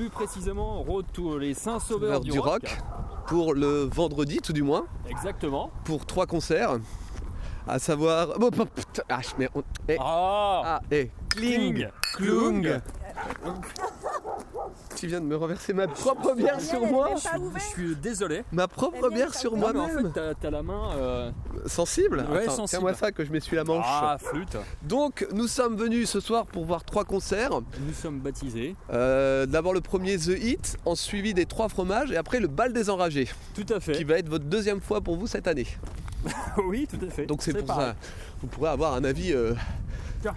Plus précisément, road to les Saints Sauveurs Sauveur du, du rock, pour le vendredi tout du moins, Exactement. pour trois concerts, à savoir... Bon, bon, putain, ah, je- mais on- eh, Ah, ah, eh, Kling, Klung. Tu viens de me renverser ma propre bière sur elle moi est pas Je ouverte. suis désolé. Ma La propre mienne, bière ça sur Non, va. mais en fait, moi-même t'as t'as la main. euh, Sensible Ouais, Attends, sensible. Tiens-moi ça que je m'essuie la manche. Ah, flûte. Donc, nous sommes venus ce soir pour voir trois concerts. Nous sommes baptisés. Euh, D'abord le premier The Hit, en suivi des trois fromages, et après le bal des enragés, Tout à fait. qui va être votre deuxième fois pour vous cette année. oui, tout à fait. Donc c'est pour pareil. ça, vous pourrez avoir un avis euh,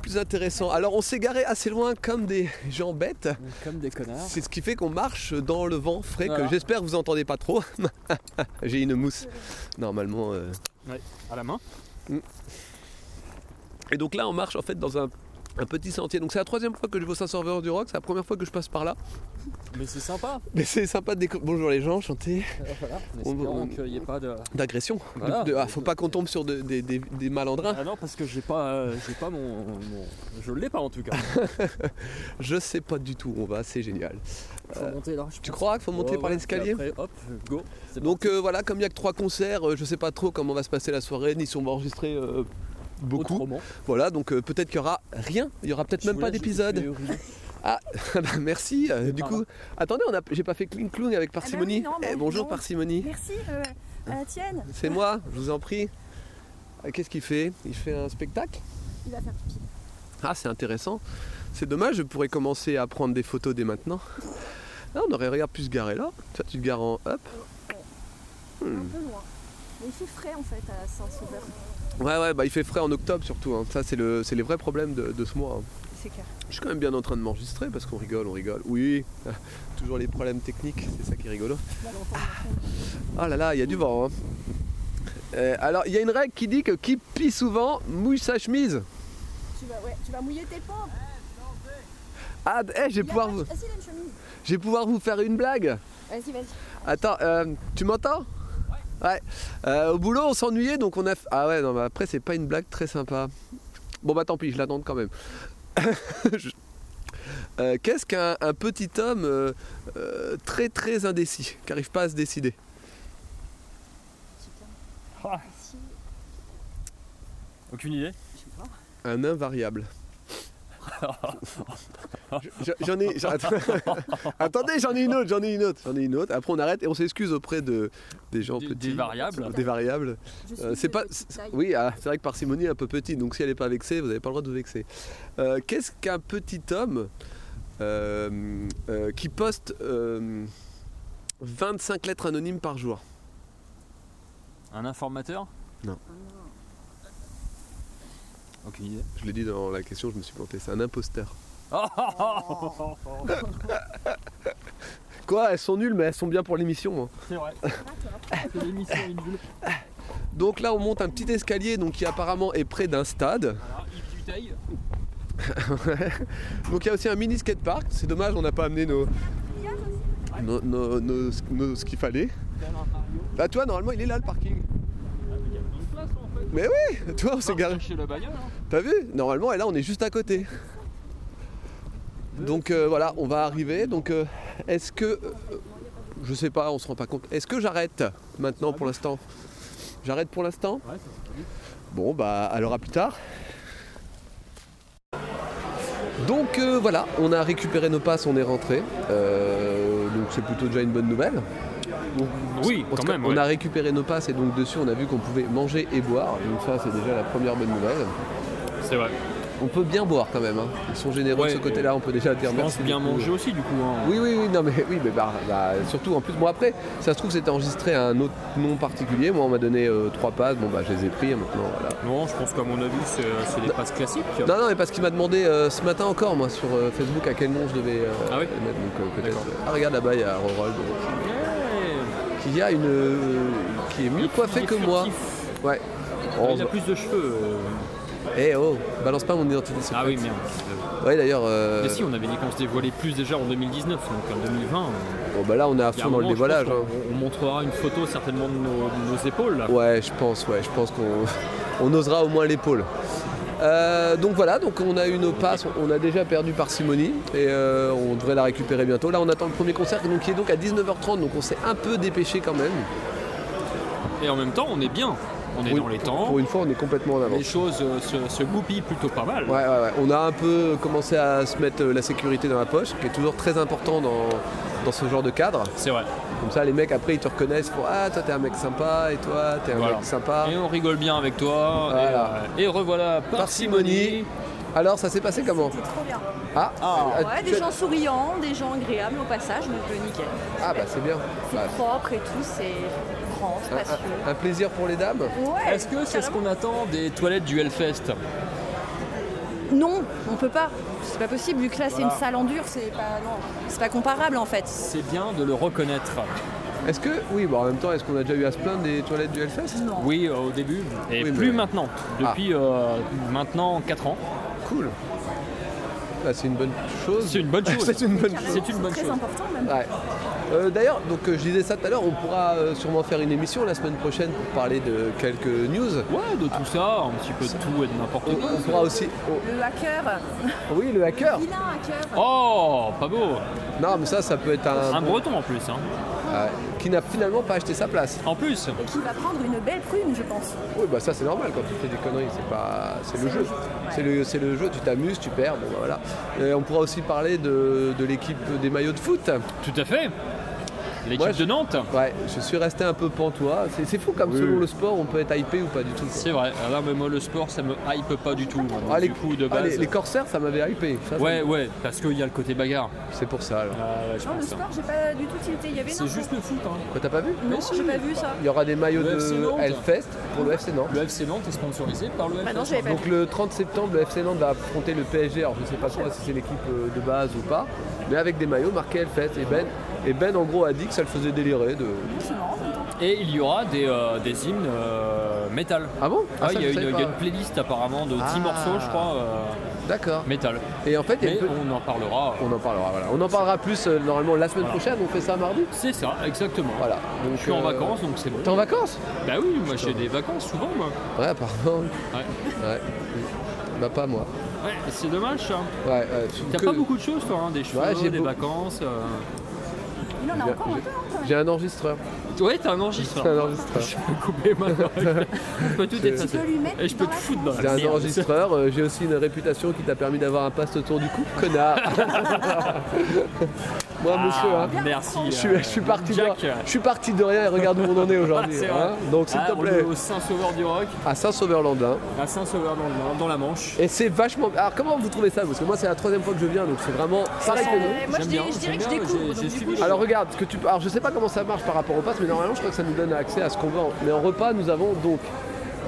plus intéressant. Alors on s'est garé assez loin comme des gens bêtes. Comme des connards. C'est ce qui fait qu'on marche dans le vent frais Voilà. que j'espère vous entendez pas trop. J'ai une mousse normalement. euh. À la main. Et donc là on marche en fait dans un, un petit sentier. Donc c'est la troisième fois que je vais au Saint-Sauveur du Rock, c'est la première fois que je passe par là. Mais c'est sympa. Euh, Mais c'est sympa de découvrir. Bonjour les gens, chanter. Voilà. En On- espérant on- qu'il n'y ait pas de. D'agression. Voilà. De- de- ah, faut pas qu'on tombe sur de- des- des- des malandrins. Ah non, parce que j'ai pas, euh, j'ai pas mon, mon- Je l'ai pas en tout cas. Je sais pas du tout où on va, c'est génial. Faut monter là. je Tu pense. crois qu'il faut monter Ouais, par ouais, l'escalier puis après, Hop, go. C'est Donc parti. euh, voilà, comme il n'y a que trois concerts, euh, je sais pas trop comment va se passer la soirée, ni si on va enregistrer euh, beaucoup. Autrement. Voilà, donc euh, peut-être qu'il y aura rien, il y aura peut-être Je même vous pas laisse, je d'épisode. vais uriner. Ah bah, merci. euh, C'est du pas coup, attendez, on a, j'ai pas fait cling clown avec parcimonie. Ah bah oui, non, Eh, non, bonjour non. parcimonie. Merci euh, à la tienne. C'est moi, je vous en prie. Ah, Qu'est-ce qu'il fait Il fait un spectacle Il va faire pipi. Ah, c'est intéressant. C'est dommage, je pourrais commencer à prendre des photos dès maintenant. Là, on aurait regarde pu se garer là. Toi, tu te gares en hop. Un peu loin. Mais il fait frais en fait à Saint-Sauveur. Ouais, ouais, bah il fait frais en octobre surtout. hein. Ça, c'est le, c'est les vrais problèmes de, de ce mois. hein. C'est clair. Je suis quand même bien en train de m'enregistrer parce qu'on rigole, on rigole. Oui, toujours les problèmes techniques, c'est ça qui est rigolo. Là, l'entendre maintenant. Ah là là, il y a du vent. hein. Euh, alors, il y a une règle qui dit que qui pisse souvent mouille sa chemise. Tu vas, ouais, tu vas mouiller tes pompes. Ah, eh, je vais Il a pouvoir, pas- vous, Ah si, il a une chemise. je vais pouvoir vous faire une blague. Vas-y, vas-y. Attends, euh, tu m'entends Ouais. Euh, au boulot, on s'ennuyait, donc on a. f- Ah ouais, non, mais après, c'est pas une blague très sympa. Bon, bah tant pis, je l'attends quand même. Je- Euh, Qu'est-ce qu'un un petit homme euh, euh, très très indécis, qui n'arrive pas à se décider Super. Ah. Merci. Aucune idée. Je sais pas. Un invariable. Je- je- j'en ai. j'en- Attendez, j'en ai une autre, j'en ai une autre, j'en ai une autre. Après, on arrête et on s'excuse auprès de, des gens Des- petits. des variables. Des variables. Je suis Euh, c'est de pas. petite c'est- taille. Oui, ah, c'est vrai que parcimonie est un peu petit, donc si elle n'est pas vexée, vous n'avez pas le droit de vous vexer. Euh, Qu'est-ce qu'un petit homme euh, euh, qui poste euh, 25 lettres anonymes par jour Un informateur Ah, non. Aucune idée. Je l'ai dit dans la question, je me suis planté. C'est un imposteur. Oh. Quoi Elles sont nulles, mais elles sont bien pour l'émission. hein. C'est vrai. D'accord. L'émission est nulle. Donc là, on monte un petit escalier, donc qui apparemment est près d'un stade. Voilà, Yves Duteil. Donc il y a aussi un mini skatepark. C'est dommage, on n'a pas amené nos, nos, nos- nos- nos- ce qu'il fallait. Tel un Mario. Bah toi, normalement, il est là le parking. Ah, mais il y a plein de place en fait. Mais oui, toi, on s'est garé. chez la bagnole. hein. T'as vu Normalement, et là, on est juste à côté. Donc euh, voilà, on va arriver. Donc euh, est-ce que. euh, je sais pas, on se rend pas compte. Est-ce que j'arrête maintenant pour l'instant J'arrête pour l'instant Ouais, c'est ça. Bon, bah, alors à plus tard. Donc euh, voilà, on a récupéré nos passes, on est rentré. Euh, donc c'est plutôt déjà une bonne nouvelle. Oui, En tout quand cas, même. on ouais. a récupéré nos passes et donc dessus on a vu qu'on pouvait manger et boire. Donc ça c'est déjà la première bonne nouvelle. C'est vrai. On peut bien boire quand même. hein. Ils sont généreux Ouais, de ce côté-là, on peut déjà dire Je pense merci. bien beaucoup. manger aussi du coup. hein. Oui, oui, oui, non, mais oui, mais bah, bah, surtout en plus, moi après, ça se trouve, c'était enregistré à un autre nom particulier. Moi, on m'a donné euh, trois passes, bon, bah, je les ai pris et maintenant, voilà. Non, je pense qu'à mon avis, c'est euh, c'est des passes classiques. Non, non, mais parce qu'il m'a demandé euh, ce matin encore, moi, sur euh, Facebook, à quel nom je devais euh, Ah oui les mettre. Donc, euh, peut-être. D'accord. Ah, regarde là-bas, il y a Rorold, euh, Ouais. qui a une. euh, qui est mieux coiffée Il est que moi. furtif. Ouais. Ah, Oh, Il a plus de cheveux. euh. Eh oh, balance pas mon identité secrète. Ah oui, merde. Ouais, d'ailleurs. euh, Mais si, on avait dit qu'on se dévoilait plus déjà en 2019, donc en 2020. euh, bon, bah là, on il est à y a un fond dans moment, le je pense dévoilage. qu'on- hein. On, on montrera une photo certainement de nos, de nos épaules. là. Ouais, je pense, ouais, je pense qu'on on osera au moins l'épaule. Euh, donc voilà, donc on a eu nos passes, on a déjà perdu par Simonie et euh, on devrait la récupérer bientôt. Là on attend le premier concert donc, qui est donc à 19h30, donc on s'est un peu dépêché quand même. Et en même temps, on est bien. On est Oui. dans les temps. Pour une fois on est complètement en Les avance. choses euh, se, se goupillent plutôt pas mal. Ouais, ouais, ouais. On a un peu commencé à se mettre euh, la sécurité dans la poche, qui est toujours très important dans, dans ce genre de cadre. C'est vrai. Comme ça les mecs après ils te reconnaissent pour Ah toi t'es un mec sympa et toi t'es un Voilà. mec sympa. Et on rigole bien avec toi. et, Ah. Voilà. euh, Et, revoilà parcimonie. Alors ça s'est passé comment C'était trop bien. Ah, ah, Ouais, tu des as- gens souriants, des gens agréables au passage, donc euh, nickel. Ah Ah, bah c'est bien. C'est Bah, propre et tout, c'est grand, un- spacieux. un- un plaisir pour les dames Ouais, Est-ce que c'est ce carrément. qu'on attend des toilettes du Hellfest Non, on peut pas. C'est pas possible vu que là c'est Voilà. une salle en dur, c'est pas non, c'est pas comparable en fait. C'est bien de le reconnaître. Est-ce que, oui, bon, en même temps, est-ce qu'on a déjà eu à se plaindre des toilettes du Hellfest Non. Oui, euh, au début. Et Oui, plus mais- Ah. maintenant. Depuis euh, maintenant 4 ans. Cool. Bah, c'est une bonne chose. C'est une bonne chose. c'est une bonne Carrément, chose. C'est une bonne très chose. Ah. important même. Ouais. Euh, D'ailleurs, donc euh, je disais ça tout à l'heure, on pourra euh, sûrement faire une émission la semaine prochaine pour parler de quelques news. Ouais, de tout ça, un petit peu de tout et de n'importe quoi. On pourra aussi. oh, Le hacker, Oui, le hacker. il a un hacker. Oh, pas beau Non, mais ça, ça peut être un. Un breton en plus. hein. Ouais. qui n'a finalement pas acheté sa place. En plus Et qui va prendre une belle prune, je pense. Oui, bah ça c'est normal quand tu fais des conneries, c'est pas, c'est le C'est jeu. le jeu, ouais. C'est le, c'est le jeu, tu t'amuses, tu perds, bon bah, voilà. Et on pourra aussi parler de, de l'équipe des maillots de foot. Tout à fait. L'équipe Moi, je- de Nantes Ouais, je suis resté un peu pantois. C'est, c'est fou comme Oui. selon le sport, on peut être hypé ou pas du tout. quoi. C'est vrai. Ah non, mais moi, le sport, ça me hype pas du tout. Donc, Ah, les- du coup, de ah, base. les, les corsaires, ça m'avait hypé. Ça, ça- Ouais, ouais, parce qu'il y a le côté bagarre. C'est pour ça alors. Euh, je Non, le pense. sport, j'ai pas du tout tilté. Il y avait une C'est info. juste le foot. hein. Quoi, t'as pas vu Non, j'ai pas vu ça. Il y aura des maillots Le FC Nantes. de Hellfest pour le FC Nantes. Le FC Nantes est sponsorisé par le Bah FC non, j'avais pas Donc le 30 septembre, le FC Nantes va affronter le PSG. Alors je sais pas trop si c'est l'équipe euh, de base ou pas, mais avec des maillots marqués Hellfest. Et Ben, et Ben en gros a dit que ça le faisait délirer. De... C'est marrant en même temps. Et il y aura des, euh, des hymnes euh, métal. Ah bon Ah, ça, il y, a je une- savais il y pas. a une playlist apparemment de 10 Ah. morceaux, je crois, euh, D'accord. métal. Et en fait, il y a Mais une pe- on en parlera. on... en parlera. Voilà. On en parlera plus euh, normalement la semaine Voilà. prochaine. On fait ça mardi. C'est ça, exactement. Voilà. Donc, Je suis en euh, vacances, donc c'est bon. T'es en vacances Bah oui, moi j'ai des vacances souvent, moi. Ouais, pardon. Ouais. Ouais. Bah pas moi. Ouais, c'est dommage ça. Ouais, ouais, T'as que- pas beaucoup de choses, toi, hein, des cheveux, euh, Ouais, j'ai des beau- vacances. euh. Il y en a J'ai- encore un peu hein, quand même. J'ai un enregistreur. Ouais, t'as un enregistreur. J'ai un enregistreur. Je peux couper ma Je peux tout C'est- Tu effacer. peux lui mettre Et Eh, je peux dans te la foutre dans tronche. J'ai la un Ah, merde. enregistreur. euh, J'ai aussi une réputation qui t'a permis d'avoir un passe autour du cou, connard. moi, monsieur, hein. Ah, Merci. euh, Je suis, je suis parti de, Jack. je suis parti de rien et regarde où on en est aujourd'hui. C'est hein. vrai. Donc s'il Ah, te on plaît, est au Saint-Sauveur du Rock, à Saint-Sauveur-Landin. à Saint-Sauveur dans, le Nord, dans la Manche. Et c'est vachement. Alors comment vous trouvez ça Parce que moi c'est la troisième fois que je viens, donc c'est vraiment pareil que nous. Euh, Moi je J'aime dis- bien, je dirais que je j'aime bien, j'ai- découvre. j'ai donc du suivi. Ah. coup, je- Alors regarde, ce que tu... Alors, je sais pas comment ça marche par rapport au pass, mais normalement je crois que ça nous donne accès à ce qu'on veut. en- Mais en repas, nous avons donc.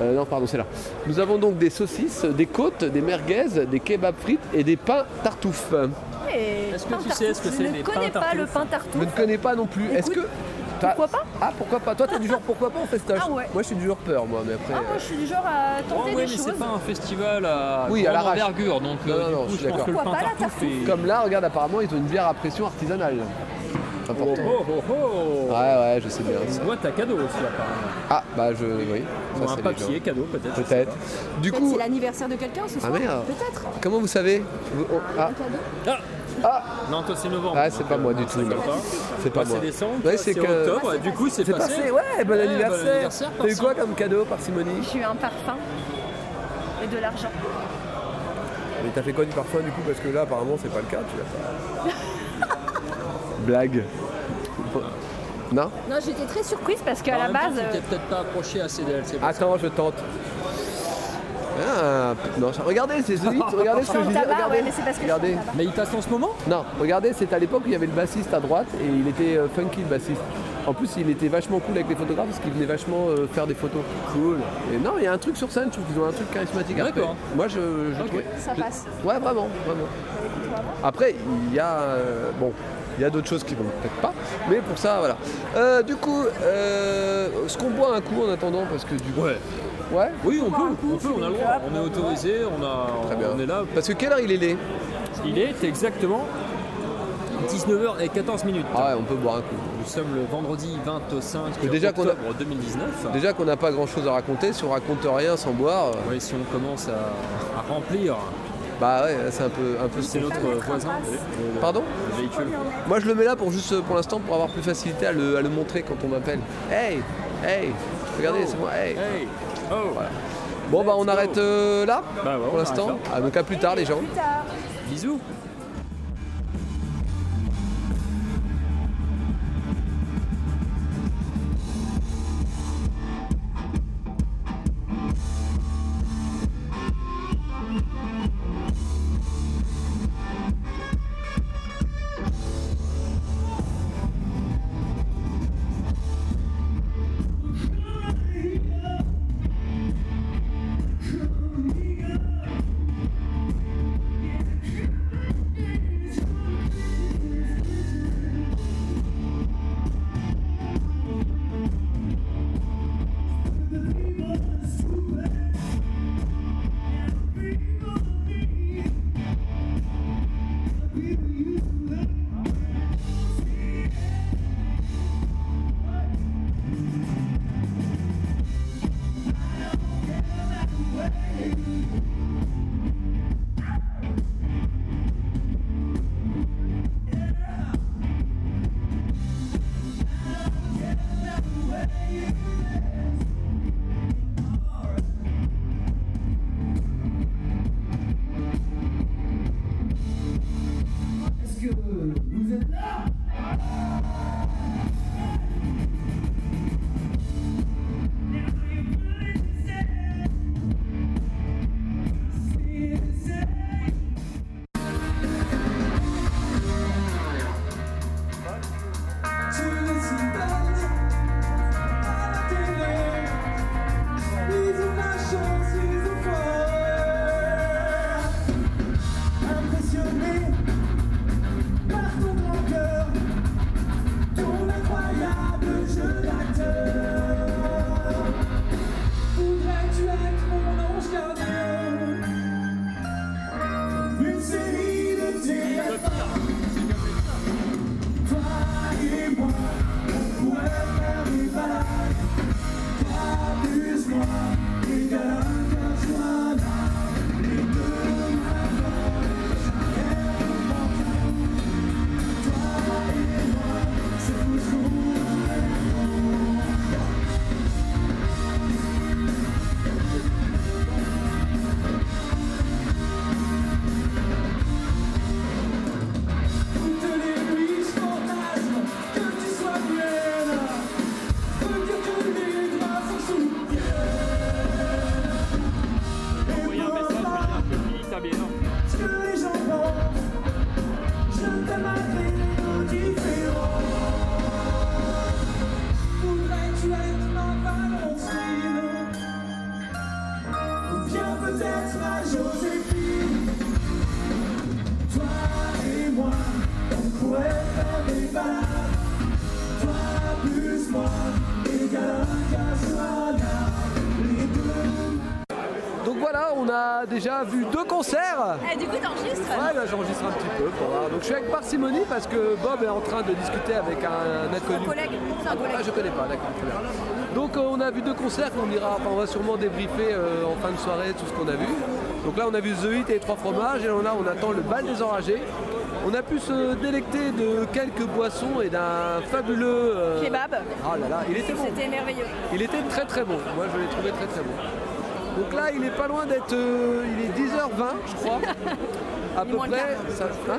euh, non, pardon, c'est là. Nous avons donc des saucisses, des côtes, des merguez, des kebabs frites et des pains tartoufes. Et Est-ce que pain tu sais tartouffe, ce que je c'est, ne les connais pains pas le tartouffe pain Je ne tartouffe. connais pas non plus. Est-ce que. Écoute, t'as- pourquoi pas Ah, pourquoi pas Toi, t'es du genre pourquoi pas on fait stage Ah ouais. Moi, je suis du genre peur, moi, mais après. Ah, moi je suis du genre à Oh tenter ouais, des mais choses. c'est pas un festival à Oui, à grande l'arrache. envergure, donc Non, euh, non, non, du coup, je suis je pense d'accord. que le Pourquoi pain pas la tartouffe est... euh, Comme là, regarde, apparemment, ils ont une bière à pression artisanale. Oh, Important. oh, oh, oh. Ouais, ouais, je sais bien. Une boîte à cadeau aussi, apparemment. Ah, bah, je. Oui. Ou ça, un c'est papier cadeau, peut-être. les gens. Peut-être. Du Peut-être coup, c'est l'anniversaire de quelqu'un ce soir. merde. Peut-être. comment vous savez Vous- oh, Ah, Un cadeau. Ah ah, Non, toi, c'est novembre. Ah, c'est donc, pas euh, moi du tout, c'est non. comme ça. c'est pas Toi, Bah, moi. C'est décembre, Ouais, toi, c'est Ah, c'est que- octobre, Ouais, du coup, c'est C'est passé. passé, ouais, bon Ouais, bon anniversaire. anniversaire, T'as eu Parcimonie. quoi comme cadeau, parcimonie J'ai eu un parfum et de l'argent. Mais t'as fait quoi du parfum du coup Parce que là, apparemment, c'est pas le cas, tu l'as Blague. Non Non, j'étais très surprise parce qu'à En la même temps, base, tu euh, t'es peut-être pas approché assez d'elle, c'est pas Attends, Ah, je tente. Ah, non, ça- regardez, c'est joli, regardez ce euh, que je le disais, tabac, regardez, ouais, mais c'est parce que je sens le regardez. tabac. Mais il passe en ce moment Non, regardez, c'est à l'époque où il y avait le bassiste à droite et il était euh, funky le bassiste. En plus, il était vachement cool avec les photographes parce qu'il venait vachement euh, faire des photos. Cool. Et non, il y a un truc sur scène, je trouve qu'ils ont un truc charismatique. après. D'accord. Moi, je, je Ok. trouvais- Ça je- passe. Ouais, vraiment, vraiment. Après, il y a euh, bon, il y a d'autres choses qui vont peut-être pas, mais pour ça, voilà. Euh, du coup, euh, est-ce qu'on boit un coup en attendant parce que du coup, Ouais. ouais. Oui, on peut, un coup, on peut, c'est on a des le droit. clopes, On est on- autorisé, on, a, Très bien. on est là. Parce que quelle heure il est les Il est exactement 19h et 14 minutes. Ah ouais, on peut boire un coup. Nous sommes le vendredi 25 que déjà qu'on a- octobre 2019. Déjà qu'on n'a pas grand chose à raconter, si on raconte rien sans boire, euh, Ouais, si on commence à, à remplir, bah ouais, c'est un peu, un peu. c'est pas notre mettre un voisin, pass. le- le- Pardon le véhicule. Moi je le mets là pour juste euh, pour l'instant pour avoir plus facilité à le, à le montrer quand on m'appelle. Hey Hey Regardez, Oh. c'est moi, hey Hey Oh Bon bah Let's on go. arrête euh, là Bah ouais, on pour l'instant. arrête Ah, donc à plus tard les gens. Plus tard. Bisous Est-ce que vous êtes là Impressionné par ton grand cœur, ton incroyable jeu d'acteur. Voudrais-tu être mon ange gardien? Une série de téléphones. Toi et moi, on pourrait faire des balades. Abuse-moi et donne-moi les deux mains. envoyer un message pour dire que Philippe a bien Ce que les gens pensent, je t'aime malgré nos différences. Voudrais-tu être ma Valentine Ou bien peut-être ma Joséphine Toi et moi, on pourrait faire des balades. Toi plus moi, égale Cajuana. Les deux Donc voilà, on a déjà vu deux concerts. Eh, du coup, t'enregistres Ouais, là j'enregistre un petit peu pour voir. Donc je suis avec parcimonie parce que Bob est en train de discuter avec un, inconnu. Un collègue, c'est un collègue. Ah, je connais pas, d'accord. très bien. Donc euh, on a vu deux concerts, on ira, enfin, on va sûrement débriefer euh, en fin de soirée tout ce qu'on a vu. Donc là on a vu The Hit et les trois fromages et là on attend le bal des enragés. On a pu se délecter de quelques boissons et d'un fabuleux euh, Kebab. Ah là là, il était bon. C'était merveilleux. Il était très très bon. Moi je l'ai trouvé très très bon. Donc là il est pas loin d'être. euh, il est 10h20 je crois. À peu moins le près. Ça, hein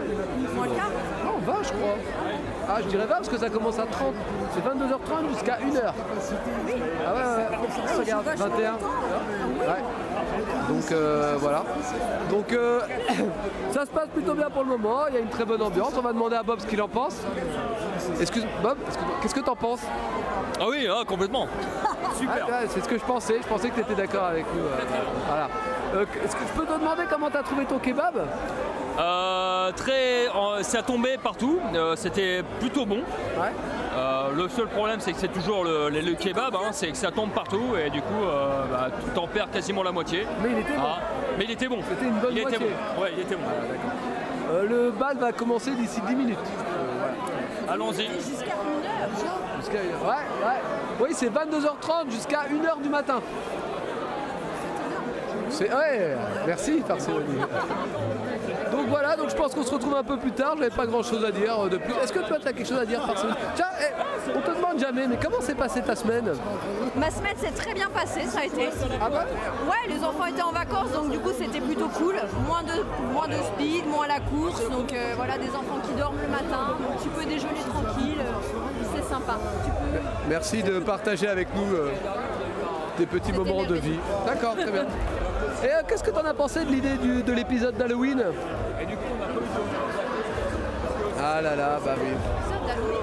Moins le quart non, 20 je crois. Ah, je dirais 20 parce que ça commence à 30. C'est 22h30 jusqu'à 1h. Ah ouais, ouais, ouais. Regarde, vachement 21. longtemps. hein. Ah Ouais. Donc euh, voilà. Donc euh, ça se passe plutôt bien pour le moment. Il y a une très bonne ambiance. On va demander à Bob ce qu'il en pense. Excuse Bob, excuse- qu'est-ce que t'en penses Ah oui, ah, complètement Super Ah, ouais, C'est ce que je pensais. Je pensais que t'étais d'accord avec nous. euh, voilà. Euh, est-ce que je peux te demander comment t'as trouvé ton kebab Euh, très, en- ça tombait partout, euh, c'était plutôt bon. Ouais. Euh, le seul problème, c'est que c'est toujours le, le- le kebab, hein, c'est que ça tombe partout et du coup, euh, bah, tu t'en perds quasiment la moitié. Mais il était bon. Ah, mais il était bon. C'était une bonne il était moitié. bon. Ouais, il était bon. Euh, le bal va commencer d'ici 10 minutes. Allons-y. C'est jusqu'à 1h. Jusqu'à une heure. Ouais, ouais. Oui, c'est 22h30 jusqu'à 1h du matin. C'est ouais, merci Parcéronie. Donc voilà, donc je pense qu'on se retrouve un peu plus tard, j'avais pas grand chose à dire euh, depuis. Est-ce que toi tu as quelque chose à dire Parcéronie Tiens, eh, on te demande jamais, mais comment s'est passée ta semaine Ma semaine s'est très bien passée, ça a été. Ah bah Ouais, les enfants étaient en vacances, donc du coup c'était plutôt cool. Moins de, moins de speed, moins la course. Donc euh, voilà, des enfants qui dorment le matin. donc tu peux déjeuner tranquille. euh, C'est sympa. Tu peux... Merci de partager avec nous euh, des petits C'était moments de vie. merveilleux. D'accord, très bien. Et euh, qu'est-ce que t'en as pensé de l'idée du- de l'épisode d'Halloween Ah là là, bah oui. Ça, d'Halloween.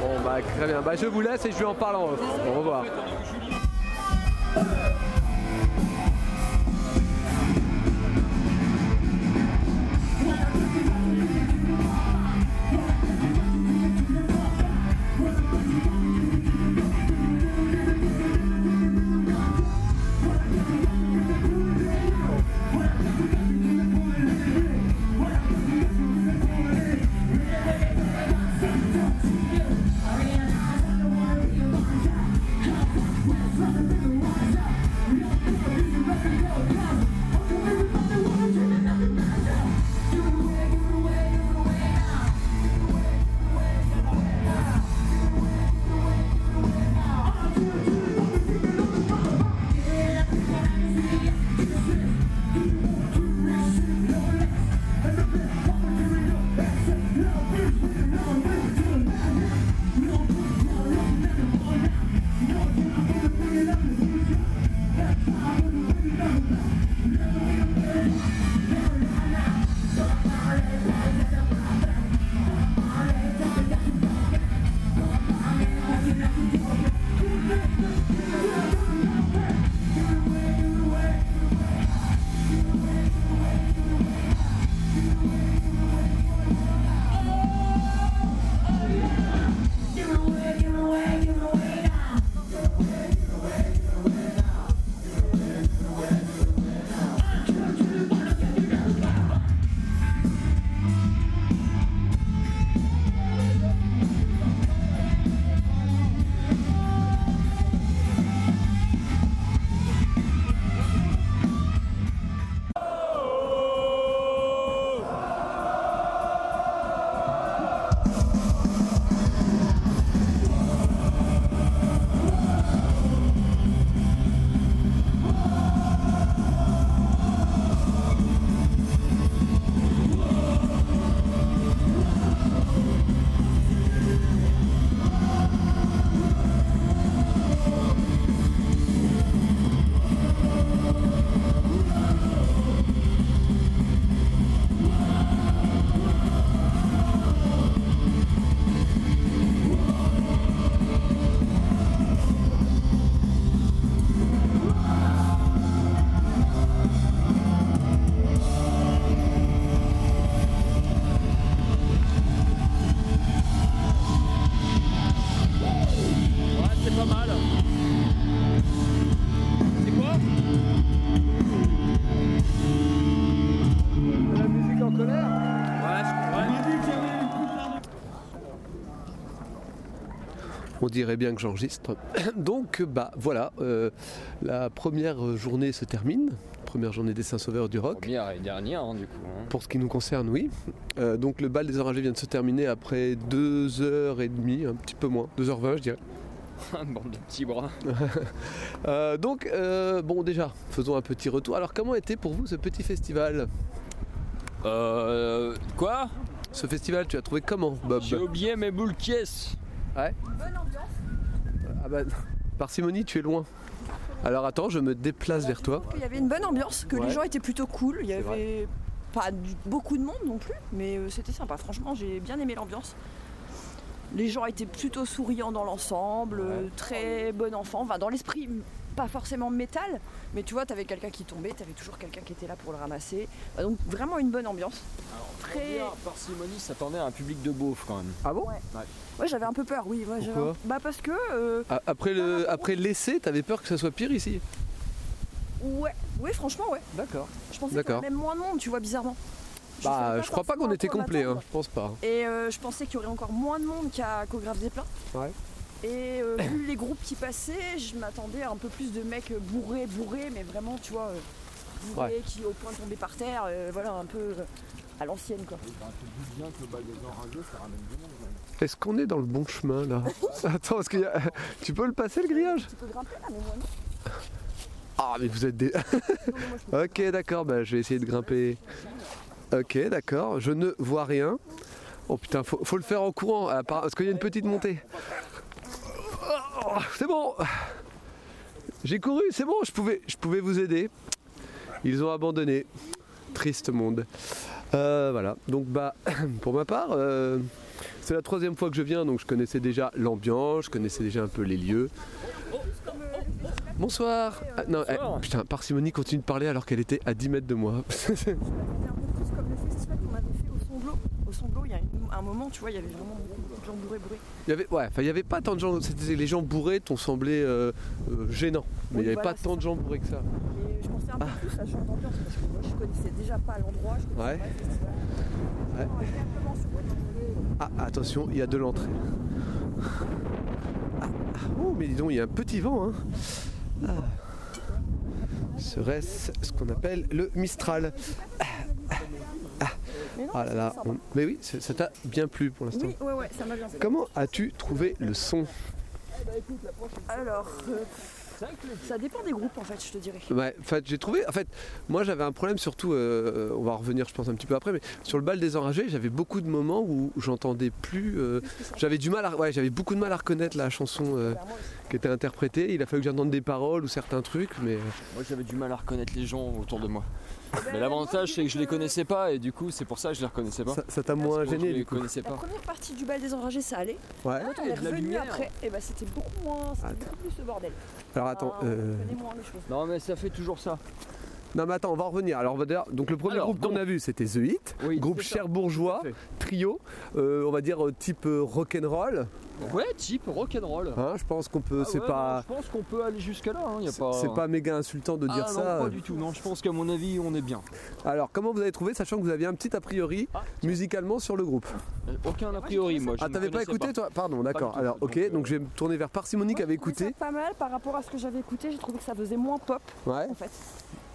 Bon bah très bien, bah je vous laisse et je lui en parle en off. Au revoir. Ouais, c'est pas mal. C'est quoi La musique en colère Ouais, On dirait bien que j'enregistre. Donc, bah voilà, euh, la première journée se termine. Première journée des Saints-Sauveurs du Rock. Première et dernière, hein, du coup. hein. Pour ce qui nous concerne, oui. Euh, donc, le bal des enragés vient de se terminer après 2h30, un petit peu moins, 2h20, je dirais. Bande de petits bras. Euh, donc, euh, bon, déjà, faisons un petit retour. Alors, comment était pour vous ce petit festival Euh. Quoi Ce festival, tu as trouvé comment, Bob J'ai Bah. oublié mes boules caisses. Bonne ambiance. Ah bah, parcimonie, tu es loin. Alors, attends, je me déplace vers toi. Il y avait une bonne ambiance, que Ouais. les gens étaient plutôt cool. Il y avait pas du- beaucoup de monde non plus, mais euh, c'était sympa. Franchement, j'ai bien aimé l'ambiance. Les gens étaient plutôt souriants dans l'ensemble, euh, très bon enfant, enfin dans l'esprit, m- pas forcément métal, mais tu vois, t'avais quelqu'un qui tombait, t'avais toujours quelqu'un qui était là pour le ramasser. Bah, Donc vraiment une bonne ambiance. Très... Ah, Parcimonie s'attendait à un public de beauf quand même. Ah bon Ouais, j'avais un peu peur, oui. ouais, j'avais un- Pourquoi Bah parce que... euh, Ah, Après le- après l'essai, t'avais peur que ça soit pire ici ouais, ouais, franchement, ouais. D'accord. Je pensais qu'il y D'accord. avait même moins de monde, tu vois, bizarrement. Bah, savais je crois pas qu'on forcément était à quoi complet, hein, m'attendre. je pense pas. Et euh, je pensais qu'il y aurait encore moins de monde qu'à Cographe des Plats. Ouais. Et euh, vu les groupes qui passaient, je m'attendais à un peu plus de mecs euh, bourrés, bourrés, mais vraiment, tu vois, euh, bourrés, qui au point de tomber par terre, euh, voilà, un peu euh, à l'ancienne, quoi. Est-ce qu'on est dans le bon chemin là Attends, est-ce qu'il y a... tu peux le passer le grillage Tu peux grimper là, mais moi non. Ah mais vous êtes des... Non, mais moi, je peux ok d'accord, bah, je vais essayer de grimper. Ok d'accord, je ne vois rien. Oh putain, faut, faut le faire en courant, à part- parce qu'il y a une petite montée. Oh, c'est bon J'ai couru, c'est bon, je pouvais, je pouvais vous aider. Ils ont abandonné. Triste monde. Euh, voilà, donc bah pour ma part... euh, C'est la troisième fois que je viens, donc je connaissais déjà l'ambiance, je connaissais déjà un peu les lieux. Bonsoir. Ah, non, eh, Bonsoir. putain, Parcimonie continue de parler alors qu'elle était à 10 mètres de moi. C'était un peu plus comme le festival qu'on avait fait au Songlo. Au Songlo, il y a une- un moment, tu vois, il y avait vraiment beaucoup de gens bourrés, bourrés. il y avait, ouais, enfin, il y avait pas tant de gens. c'était- Les gens bourrés t'ont semblé euh, euh, gênant, mais il Oui, n'y avait voilà, pas c'est tant de gens bourrés que ça. Mais euh, je pensais un Ah. peu plus à ce genre d'ambiance parce que moi je connaissais déjà pas l'endroit, je connaissais Ouais. pas le festival. Ouais. Je suis agréablement surprise. Ah, attention, il y a de l'entrée. Ah, ah, oh, mais dis donc, il y a un petit vent. Hein. Ah. Serait-ce ce qu'on appelle le Mistral Mais non, Ah là là, c'était on- mais oui, c'est- ça t'a bien plu pour sympa. l'instant. Oui, ouais, ouais, ça m'a bien plu. Comment as-tu trouvé le son Alors, euh, ça dépend des groupes en fait, je te dirais. Ouais, en fait, j'ai trouvé. En fait, moi j'avais un problème surtout. euh, on va revenir, je pense, un petit peu après, mais sur le bal des enragés, j'avais beaucoup de moments où j'entendais plus. euh, j'avais du mal à. Ouais, j'avais beaucoup de mal à reconnaître la chanson euh, Clairement, qui était interprétée. Il a fallu que j'entende des paroles ou certains trucs, mais. euh, Moi j'avais du mal à reconnaître les gens autour de moi. Mais l'avantage c'est que je les connaissais pas et du coup c'est pour ça que je les reconnaissais pas. Ça- Ça t'a moins Parce que je gêné les du coup. connaissais La pas. première partie du bal des enragés, ça allait. Ouais. Quand on et est de la revenu lumière. après, et bah c'était beaucoup moins, c'était Attends. beaucoup plus le bordel. Alors Ah, attends. Enfin, euh, Ah, On connaît moins les choses. Non mais ça fait toujours ça. Non mais attends, on va en revenir. Alors on va dire- donc le premier Alors, groupe qu'on donc- a vu, c'était The Hit, Oui, groupe c'est ça. cher bourgeois, Tout à fait. trio, euh, on va dire euh, type euh, rock'n'roll. Ouais type rock'n'roll. Hein, je pense qu'on peut, Ah c'est ouais, non, pas, Je pense qu'on peut aller jusqu'à là. hein, y a c'est c'est pas méga insultant de dire ah, ça. Non, pas du tout. Non, je pense qu'à mon avis, on est bien. Alors, comment vous avez trouvé, sachant que vous aviez un petit a priori Ah. musicalement sur le groupe Euh, Aucun a priori, moi. je Ah, ne t'avais pas connaissais écouté, toi Pardon, d'accord. tout, Alors, donc, ok, euh, donc je vais me tourner vers Parcimonie qui avait Moi, je trouvais écouté. ça pas mal par rapport à ce que j'avais écouté, j'ai trouvé que ça faisait moins pop. Ouais. en fait.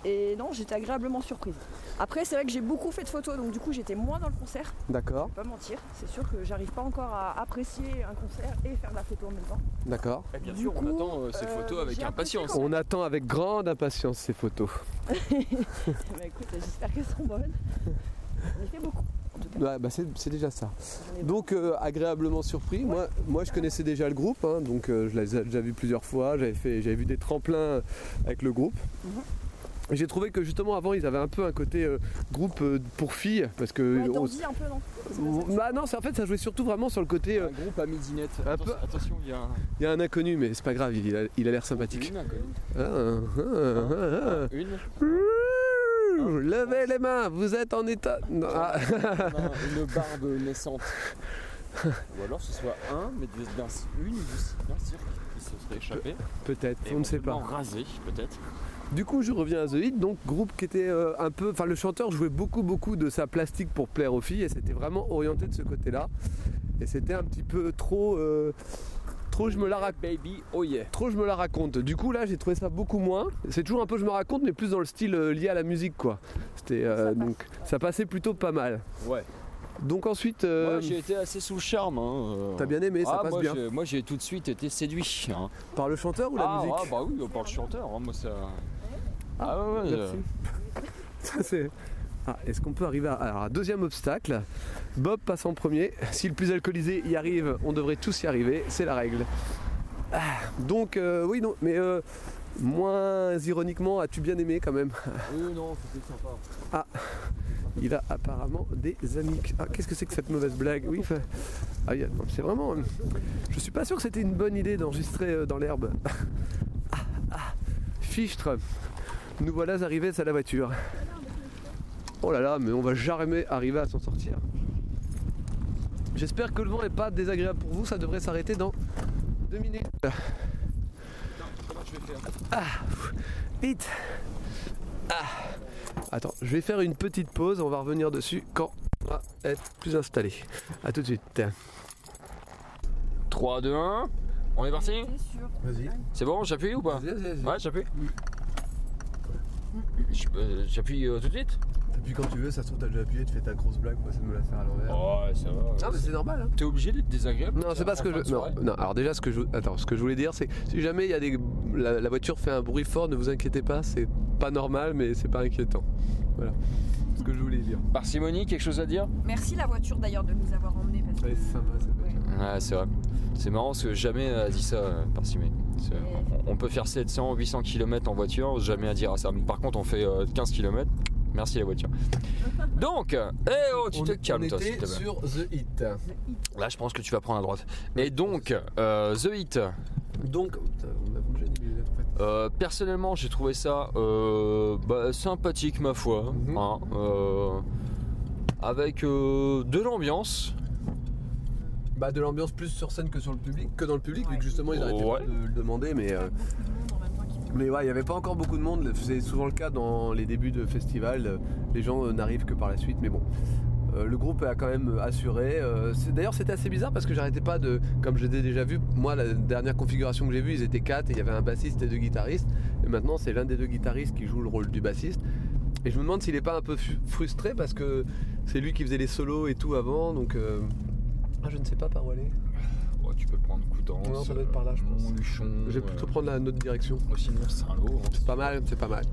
Et non, j'étais agréablement surprise. Après, c'est vrai que j'ai beaucoup fait de photos, donc du coup, j'étais moins dans le concert. D'accord, Faut Pas mentir, c'est sûr que j'arrive pas encore à apprécier un concert et faire de la photo en même temps. d'accord. Eh bien Du sûr, coup, on attend euh, ces euh, photos avec j'ai apprécié impatience. quand On attend avec grande impatience ces photos. Mais Bah, écoute, j'espère qu'elles seront bonnes. J'en ai fait beaucoup. En tout cas, Ouais, bah c'est c'est déjà ça. J'en ai- Donc, euh, agréablement surpris. Moi, moi, je connaissais déjà le groupe, hein, donc euh, je l'avais déjà vu plusieurs fois. J'avais fait- j'avais vu des tremplins avec le groupe. Et J'ai trouvé que justement avant ils avaient un peu un côté euh, groupe euh, pour filles parce que ouais, on- dandy un peu, non bah non c'est en fait ça jouait surtout vraiment sur le côté euh, Un groupe à midinette. Un Atten- peu- Attention, il y a un. Il y a un inconnu, mais c'est pas grave, il a il a l'air sympathique. Une, inconnu. Ah, ah, ah, ah. une, Ouh, Levez les mains, vous êtes en état. Non, ah, un- une barbe naissante. Ou alors ce soit un, mais des- d'un- une du- d'un cirque qui se serait échappé. Peut-être, et on ne sait éventuellement pas. Rasé, peut-être. Du coup, je reviens à The Hit, donc groupe qui était euh, un peu. Enfin, le chanteur jouait beaucoup, beaucoup de sa plastique pour plaire aux filles, et c'était vraiment orienté de ce côté-là. Et c'était un petit peu trop. euh, trop, je me la raconte. Baby, oh yeah. Trop je me la raconte. Du coup là j'ai trouvé ça beaucoup moins. C'est toujours un peu je me raconte mais plus dans le style euh, lié à la musique quoi. C'était euh, donc ça passait plutôt pas mal. Ouais. Donc ensuite euh, Moi, j'ai été assez sous le charme. hein, euh. T'as bien aimé, ça Ah, passe moi, bien. j'ai- Moi, j'ai tout de suite été séduit. hein. Par le chanteur ou la ah, musique ah, bah oui, on parle chanteur, hein, moi ça. Ah ouais, ouais, Merci. Ça, c'est- Ah, Est-ce qu'on peut arriver à. Alors, deuxième obstacle, Bob passe en premier. Si le plus alcoolisé y arrive, on devrait tous y arriver, c'est la règle. Ah, donc, euh, oui, non, mais euh, moins ironiquement, as-tu bien aimé quand même Oui, non, c'était sympa. Il a apparemment des amis. Ah, qu'est-ce que c'est que cette mauvaise blague Oui, enfin, ah, il y a- non, c'est vraiment. Je suis pas sûr que c'était une bonne idée d'enregistrer euh, dans l'herbe. Ah, ah, Fichtre, nous voilà arrivés à la voiture. Oh là là, mais on va jamais arriver à s'en sortir. J'espère que le vent n'est pas désagréable pour vous, ça devrait s'arrêter dans deux minutes. Ah, vite. Ah, Attends, je vais faire une petite pause, on va revenir dessus quand on va être plus installé. A tout de suite. 3, 2, 1. On est parti Vas-y. C'est bon, j'appuie ou pas Ouais, j'appuie. Je- euh, J'appuie euh, tout de suite Depuis quand tu veux, ça se trouve, t'as déjà appuyé, tu fais ta grosse blague, pour essayer de me la faire à l'envers. Oh, Ouais, ça va. mais c'est normal. Hein. T'es Ah, obligé d'être désagréable Non, c'est pas ce que je. Non, non, alors déjà, ce que je, attends, ce que je voulais dire, c'est que si jamais il y a des, la, la voiture fait un bruit fort, ne vous inquiétez pas, c'est pas normal, mais c'est pas inquiétant. Voilà. Ce que je voulais dire. Parcimonie, quelque chose à dire Merci la voiture d'ailleurs de nous avoir emmenés parce que Ouais, c'est sympa, cette voiture. Ouais, c'est vrai. C'est marrant parce que jamais elle a dit ça, euh, Parcimé. C'est- On on peut faire 700, 800 km en voiture, jamais à dire ah, ça. Par contre, on fait euh, 15 km. Merci la voiture. Donc, eh oh, tu te calmes toi, s'il te plaît. sur The Hit. Là, je pense que tu vas prendre à droite. Et donc, euh, The Hit. Donc, putain, on a bougé des lunettes en fait. Euh, personnellement, j'ai trouvé ça euh, bah, sympathique, ma foi. Mhm. hein, euh, avec euh, de l'ambiance. Bah, de l'ambiance plus sur scène que sur le public, que dans le public, Ouais. vu que justement ils arrêtaient Ouais. pas de le demander, mais. euh, beaucoup de monde en même temps qui Mais ouais, il n'y avait pas encore beaucoup de monde. C'est souvent le cas dans les débuts de festivals. Euh, Les gens euh, n'arrivent que par la suite. Mais bon, Euh, le groupe a quand même euh, assuré. Euh, c'est- D'ailleurs, c'était assez bizarre parce que j'arrêtais pas de. Comme je l'ai déjà vu, moi, la dernière configuration que j'ai vue, ils étaient quatre et il y avait un bassiste et deux guitaristes. Et maintenant, c'est l'un des deux guitaristes qui joue le rôle du bassiste. Et je me demande s'il n'est pas un peu fu- frustré parce que c'est lui qui faisait les solos et tout avant. Donc. euh, Ah, je ne sais pas par où aller. Ouais, tu peux prendre coup euh, Non, ça doit être par là, je pense. Je vais plutôt prendre la autre direction. C'est hein. pas mal, c'est pas mal.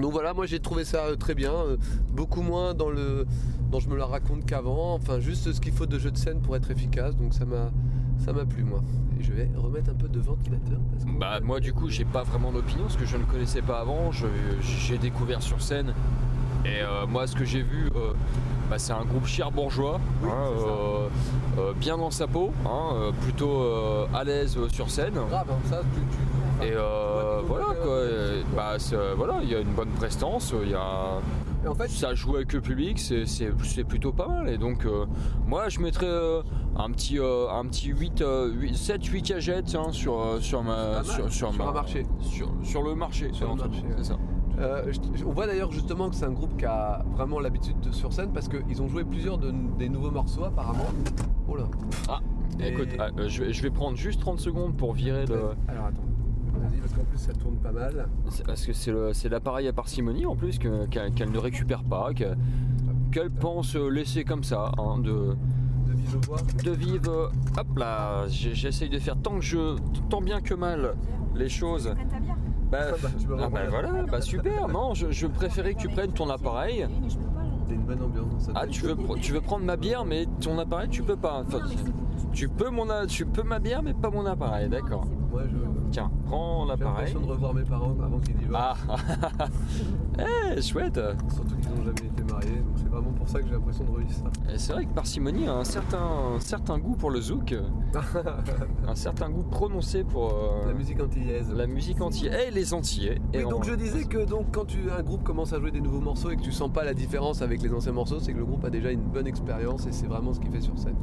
Donc voilà, moi j'ai trouvé ça euh, très bien, euh, beaucoup moins dans le dans je me la raconte qu'avant, enfin juste ce qu'il faut de jeu de scène pour être efficace, donc ça m'a ça m'a plu moi. Et je vais remettre un peu de ventilateur parce que Bah moi du coup j'ai pas vraiment d'opinion parce que je ne connaissais pas avant, Je- j'ai découvert sur scène et euh, moi ce que j'ai vu euh, bah, c'est un groupe cher bourgeois, Oui, hein, c'est ça. euh, euh, bien dans sa peau, hein, euh, plutôt euh, à l'aise euh, sur scène. grave hein, ça tu, tu- enfin, Et euh, Ouais, voilà ouais, quoi, ouais, Et, bah, c'est- euh, voilà, il y a une bonne prestance, il y a... et en fait ça joue avec le public, c'est- c'est c'est plutôt pas mal. Et donc euh, moi je mettrais euh, un petit euh, un petit 8, 7 8 cagettes tiens, sur euh, sur ma C'est pas mal. sur, Sur ma- un marché. sur, sur le marché Sur le l'entrée. marché, ouais. c'est ça. euh, je- je- on voit d'ailleurs justement que c'est un groupe qui a vraiment l'habitude de sur scène parce qu'ils ont joué plusieurs de- des nouveaux morceaux apparemment. Oh là. Et- Écoute, ah, euh, je, vais, je vais prendre juste 30 secondes pour virer le Alors attends, vas-y parce qu'en plus ça tourne pas mal. c'est- parce que c'est le- c'est l'appareil à parcimonie en plus que- qu'elle qu'elle ne récupère pas, que- qu'elle pense euh, laisser comme ça hein, de De vive voix. de vive. Hop là, j'ai- j'essaye de faire tant que je tant bien que mal les choses. prennent ta bière. Bah, Ah bah, tu peux ah bah reprendre. voilà, bah super, non, je, je préférais que tu prennes ton appareil. Mais je peux pas, là. T'as une bonne ambiance dans cette Ah, tu veux, pr- tu veux prendre ma bière, mais ton appareil, tu peux pas. Enfin, tu peux mon, a- tu peux ma bière, mais pas mon appareil, d'accord. Moi je Tiens, prends J'ai l'appareil. l'impression de revoir mes parents avant qu'ils divorcent, Ah, eh, chouette. surtout qu'ils n'ont jamais été mariés, donc c'est vraiment pour ça que j'ai l'impression de revivre ça. Et Eh, C'est vrai que parcimonie a un certain, un certain goût pour le zouk, un certain goût prononcé pour euh, La musique antillaise. la musique antillais et les antillais. Oui, Et en- donc je disais que donc quand tu, un groupe commence à jouer des nouveaux morceaux et que tu sens pas la différence avec les anciens morceaux, c'est que le groupe a déjà une bonne expérience et c'est vraiment ce qu'il fait sur scène.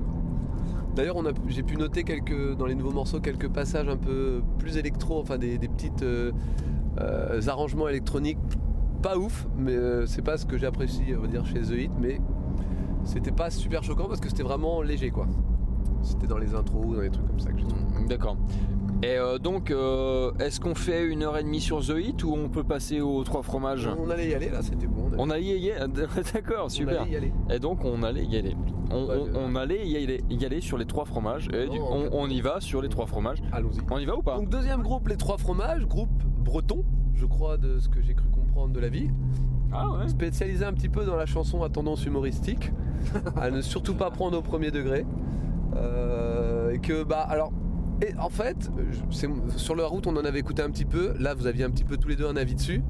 D'ailleurs, on a- j'ai pu noter quelques, dans les nouveaux morceaux quelques passages un peu plus électro, enfin des, des petites euh, euh, arrangements électroniques pas ouf, mais euh, c'est pas ce que j'apprécie, on va dire, chez The Hit, mais c'était pas super choquant parce que c'était vraiment léger quoi. C'était dans les intros ou dans les trucs comme ça que j'ai trouvé. D'accord. Et euh, donc, euh, est-ce qu'on fait une heure et demie sur The Hit ou on peut passer aux trois fromages On allait y aller là, c'était bon. On, allait- On allait y aller. D'accord, on super. allait y aller. Et donc, on allait y aller. On, Ouais, on- je- on allait y aller, y aller sur les trois fromages. Et du- Non, on, en fait- on y va sur les trois fromages. Allons-y. On y va ou pas Donc deuxième groupe, les trois fromages, groupe breton, je crois de ce que j'ai cru comprendre de la vie, Ah ouais spécialisé un petit peu dans la chanson à tendance humoristique, à ne surtout pas prendre au premier degré, Euh, et que bah alors. Et en fait, je- c'est- sur la route, on en avait écouté un petit peu. Là, vous aviez un petit peu tous les deux un avis dessus.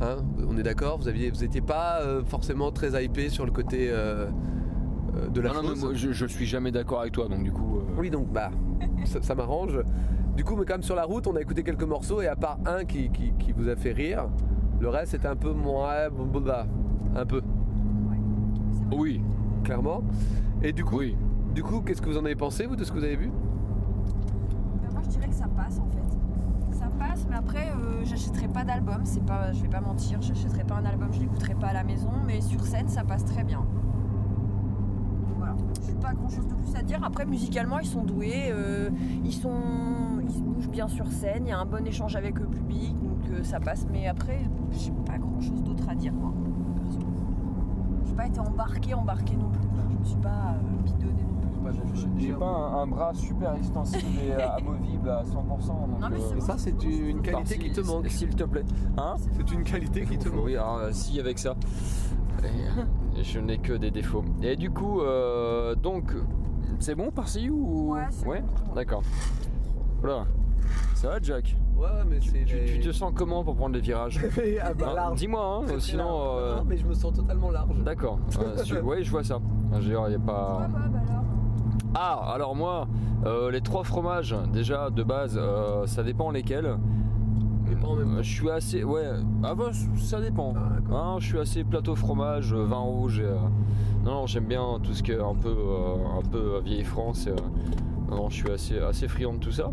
Hein, on est d'accord Vous aviez, vous n'étiez pas euh, forcément très hypé sur le côté euh, euh, de la Ah non, mais chose. moi, je, je suis jamais d'accord avec toi, donc du coup. euh, Oui, donc bah, ça, ça m'arrange. Du coup, mais quand même sur la route, on a écouté quelques morceaux et à part un qui, qui- qui vous a fait rire, le reste c'était un peu moins, bon, bon, bah, un peu, Oui, clairement. Et du coup, oui. du coup, qu'est-ce que vous en avez pensé vous de ce que vous avez vu Ben, moi je dirais que ça passe en fait. Ça passe, mais après, euh, j'achèterai pas d'album, c'est pas, je vais pas mentir, j'achèterai pas un album, je l'écouterai pas à la maison, mais sur scène, ça passe très bien. Voilà, j'ai pas grand chose de plus à dire. Après, musicalement, ils sont doués, euh, ils sont, ils se bougent bien sur scène, il y a un bon échange avec le public, donc euh, ça passe. Mais après, j'ai pas grand chose d'autre à dire, moi. perso. J'ai pas été embarqué, embarqué non plus. quoi. Je me suis pas euh, bidonnée non plus. J'ai pas un, un bras super extensible et euh, amovible à 100%. donc, Non, mais euh, c'est Et ça, c'est une Enfin, qualité si- qui te manque. S'il te plaît. Hein C'est une qualité qui te manque. Oui, alors, euh, si avec ça. Et, euh, je n'ai que des défauts. Et du coup, euh, donc, c'est bon par-ci ou Ouais, c'est bon. D'accord. Voilà. Ça va, Jack Ouais, mais c'est. tu, des- tu te sens comment pour prendre les virages ah bah, Hein, large. Dis-moi, hein, Très, très sinon. large. euh, Non, mais je me sens totalement large. D'accord. Euh, tu- ouais, je vois ça. Ah, Je veux dire, il y a pas. Toi, Bob, alors Ah, alors moi, euh, les trois fromages, déjà de base, euh, ça dépend lesquels. Mais pas en même Euh, temps. Je suis assez. Ouais, ah bah, ça dépend. Ah, d'accord. Hein, je suis assez plateau fromage, euh, vin rouge. et, euh, non, non, j'aime bien tout ce qui est un peu, euh, un peu euh, vieille France. et, euh, non, je suis assez, assez friand de tout ça.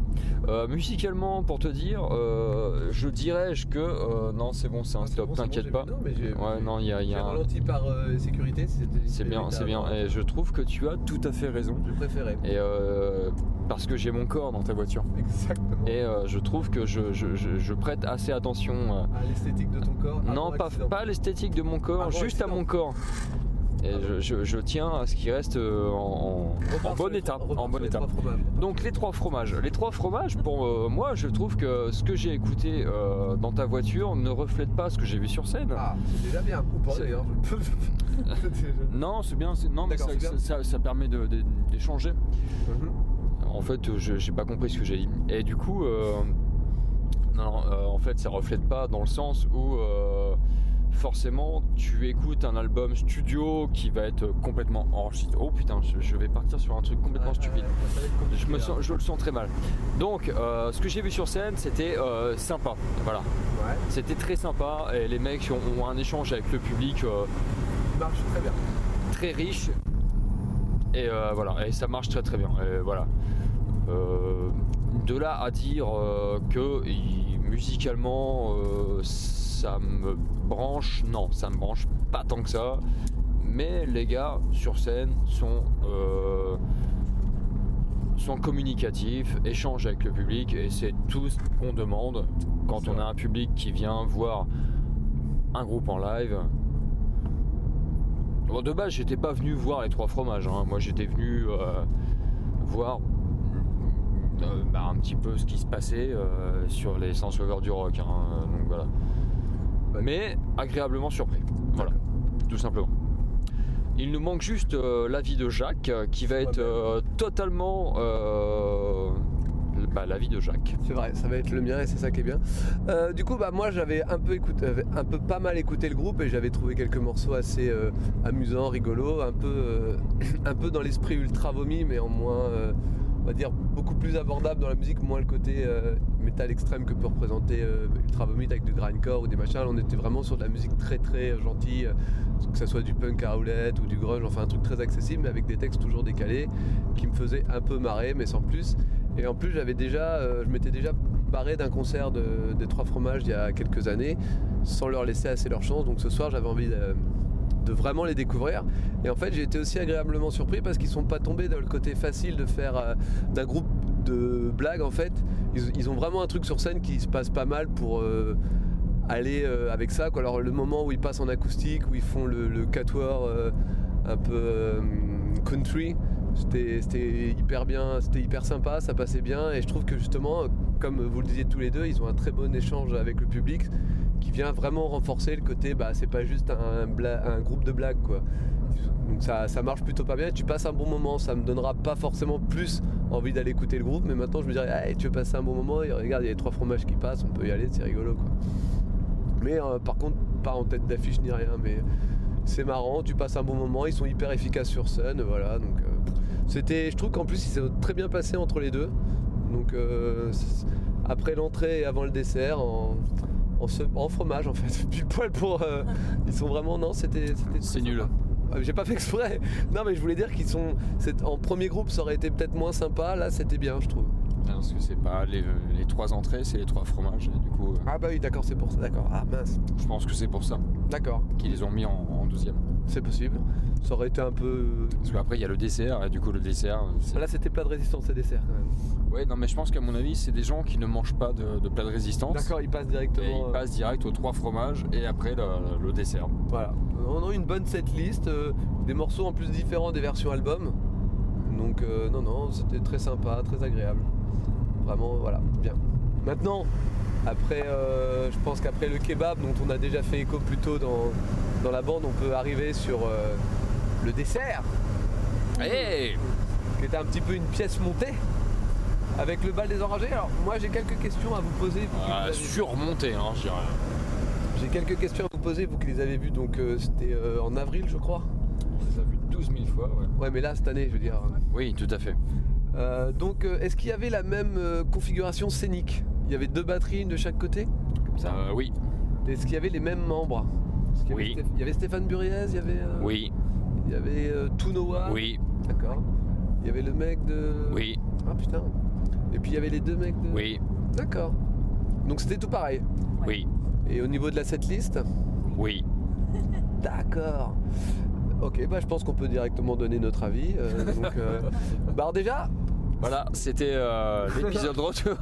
Euh, musicalement, pour te dire, euh, je dirais que. euh, non, c'est bon, c'est un Ah, c'est stop, bon, c'est bon, t'inquiète j'ai- pas. Non, mais j'ai- Ouais, non, il y a, il y J'ai a un- ralenti par euh, sécurité. C'est bien, c'est bien. Et je trouve que tu as tout à fait raison. Eh, Je préférais. Et euh, parce que j'ai mon corps dans ta voiture. Exactement. Et euh, je trouve que je, je- je- je prête assez attention. euh, À Ah, l'esthétique de ton corps. non, pas, pas l'esthétique de mon corps, Avant juste à accident. mon corps. Et Ah je, je- je tiens à ce qu'il reste euh, en, en- en bon état. En bon état. Donc les trois fromages. Les trois fromages, pour euh, moi, je trouve que ce que j'ai écouté euh, dans ta voiture ne reflète pas ce que j'ai vu sur scène. Ah, c'est déjà bien. Ou pas C'est- d'ailleurs. je- Déjà. Non, c'est bien. c'est- Non, mais D'accord, ça, c'est bien. ça- ça- ça permet de- de- d'échanger. Mhm. En fait, euh, je- j'ai pas compris ce que j'ai dit. Et du coup, euh, non, euh, en fait, ça reflète pas dans le sens où euh, forcément tu écoutes un album studio qui va être complètement enregistré. Oh putain, je, je vais partir sur un truc complètement stupide. Je, hein. me sens- je le sens très mal. Donc, euh, ce que j'ai vu sur scène, c'était euh, sympa. Voilà, Ouais, c'était très sympa. Et les mecs ont, ont un échange avec le public euh, il marche très bien. très riche. Et euh, voilà, et ça marche très très bien. Et voilà. Euh, de là à dire euh, que il- musicalement euh, ça me branche, non, ça me branche pas tant que ça. Mais les gars sur scène sont, euh, sont communicatifs, échangent avec le public et c'est tout ce qu'on demande quand C'est on vrai. a un public qui vient voir un groupe en live. Bon, de base, j'étais pas venu voir les trois fromages. hein. Moi, j'étais venu euh, voir euh, bah, un petit peu ce qui se passait euh, sur les Sans Sauveurs du Rock. hein. Euh, Donc voilà. Mais agréablement surpris. Voilà, tout simplement. Il nous manque juste euh, l'avis de Jacques, euh, qui va être euh, totalement euh, bah, l'avis de Jacques. C'est vrai, ça va être le mien et c'est ça qui est bien. Euh, du coup, bah, moi j'avais un peu écouté, euh, un peu pas mal écouté le groupe et j'avais trouvé quelques morceaux assez euh, amusants, rigolos, un peu, euh, un peu dans l'esprit ultra vomi, mais en moins, euh, on va dire, beaucoup plus abordable dans la musique, moins le côté euh, métal extrême que peut représenter euh, ultra vomit avec du grindcore ou des machins. Là, on était vraiment sur de la musique très très euh, gentille, euh, que ce soit du punk à roulette ou du grunge, enfin un truc très accessible, mais avec des textes toujours décalés qui me faisaient un peu marrer, mais sans plus. Et en plus, j'avais déjà, euh, je m'étais déjà barré d'un concert de- des Trois Fromages il y a quelques années, sans leur laisser assez leur chance. Donc ce soir, j'avais envie de, de vraiment les découvrir. Et en fait, j'ai été aussi agréablement surpris parce qu'ils sont pas tombés dans le côté facile de faire euh, d'un groupe de blagues. En fait, ils, ils ont vraiment un truc sur scène qui se passe pas mal pour. euh, aller euh, avec ça quoi. alors le moment où ils passent en acoustique où ils font le, le quatuor euh, un peu euh, country c'était c'était hyper bien, c'était hyper sympa, ça passait bien et je trouve que justement, comme vous le disiez tous les deux, ils ont un très bon échange avec le public qui vient vraiment renforcer le côté, bah c'est pas juste un, bla- un groupe de blagues quoi. Donc ça, ça marche plutôt pas bien, tu passes un bon moment, ça me donnera pas forcément plus envie d'aller écouter le groupe, mais maintenant je me dirais, hey, tu veux passer un bon moment, et regarde, il y a les trois fromages qui passent, on peut y aller, c'est rigolo quoi. Mais euh, par contre, pas en tête d'affiche ni rien, mais c'est marrant, tu passes un bon moment, ils sont hyper efficaces sur scène, voilà. Donc euh, c'était, je trouve qu'en plus il s'est très bien passé entre les deux. Donc euh, c'est- après l'entrée et avant le dessert, en, en, se- en fromage en fait, pile poil pour. euh, ils sont vraiment non, c'était. c'était C'est très nul. sympa. Ah, J'ai pas fait exprès. Non mais je voulais dire qu'ils sont. c'est- En premier groupe, ça aurait été peut-être moins sympa. Là, c'était bien, je trouve. Ah, parce que c'est pas les, les trois entrées, c'est les trois fromages. Et du coup, euh, Ah bah oui, d'accord, c'est pour ça. D'accord. Ah mince. je pense que c'est pour ça D'accord. qu'ils les ont mis en, en douzième. C'est possible. Ça aurait été un peu. Parce qu'après, il y a le dessert, et du coup, le dessert. euh, c'est- Là, c'était plat de résistance et dessert quand même. Ouais, non, mais je pense qu'à mon avis, c'est des gens qui ne mangent pas de, de plat de résistance. D'accord, il passe Et directement. ils euh, passent direct aux trois fromages et après le, le dessert. Voilà. On a une bonne setlist, euh, des morceaux en plus différents des versions album. Donc euh, non, non, c'était très sympa, très agréable. Vraiment, voilà, bien. Maintenant, après, euh, je pense qu'après le kebab dont on a déjà fait écho plus tôt dans, dans la bande, on peut arriver sur euh, le dessert, Hey qui était un petit peu une pièce montée. Avec le bal des enragés, alors moi j'ai quelques questions à vous poser. vous qui Euh, les avez- Surmonté, Ah, hein, je dirais. J'ai quelques questions à vous poser, vous qui les avez vues, donc euh, c'était euh, en avril je crois. On les a vus 12 000 fois, ouais. Ouais mais là cette année je veux dire. Oui, tout à fait. Euh, donc, euh, est-ce qu'il y avait la même euh, configuration scénique Il y avait deux batteries, une de chaque côté Comme ça Euh, oui, Est-ce qu'il y avait les mêmes membres Est-ce qu'il y avait Oui. Stéph- Il y avait Stéphane Buriez, il y avait, euh, oui, il y avait euh, Tounoa. oui, D'accord. Il y avait le mec de. oui, Ah putain. Et puis il y avait les deux mecs de. oui, D'accord. Donc c'était tout pareil. oui, Et au niveau de la setlist oui. D'accord. Ok, bah je pense qu'on peut directement donner notre avis. euh, donc, euh, bah alors déjà, Voilà, c'était euh, l'épisode retour.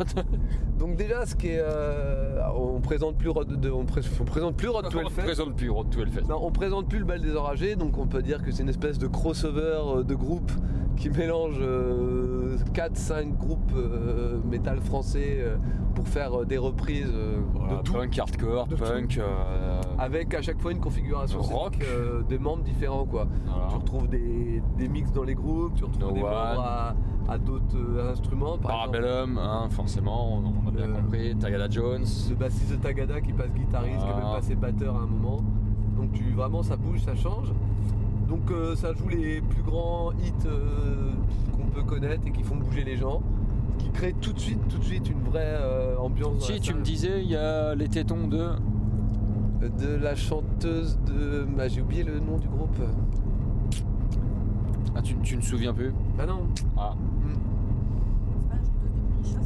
Donc déjà, ce qui est, euh, on présente plus Road, de- on pré- on présente plus Road to On Hellfest. présente plus Road to Hellfest. Non, on présente plus le bal des enragés, donc on peut dire que c'est une espèce de crossover euh, de groupe qui mélange 4-5 groupes euh, métal français euh, pour faire euh, des reprises euh, Voilà, de tout, punk hardcore, De tout. Ah, punk. euh, avec à chaque fois une configuration De rock. scénique, euh, des membres différents quoi. voilà. Tu retrouves des, des mix dans les groupes, tu retrouves No des One. membres à, à d'autres euh, instruments, par exemple Parabellum, hein, forcément, on, on a bien Le- compris. Tagada Jones. le bassiste de Tagada qui passe guitariste, qui a même Ah. passé batteur à un moment. Donc tu vraiment ça bouge, ça change. Donc euh, ça joue les plus grands hits euh, qu'on peut connaître et qui font bouger les gens, qui créent tout de suite, tout de suite une vraie euh, ambiance. dans Si la tu salle. me disais, il y a les tétons de. de la chanteuse de, bah, j'ai oublié le nom du groupe. Ah, tu, tu ne te souviens plus Ah non, Ah, C'est pas un jeu de Punisher, ça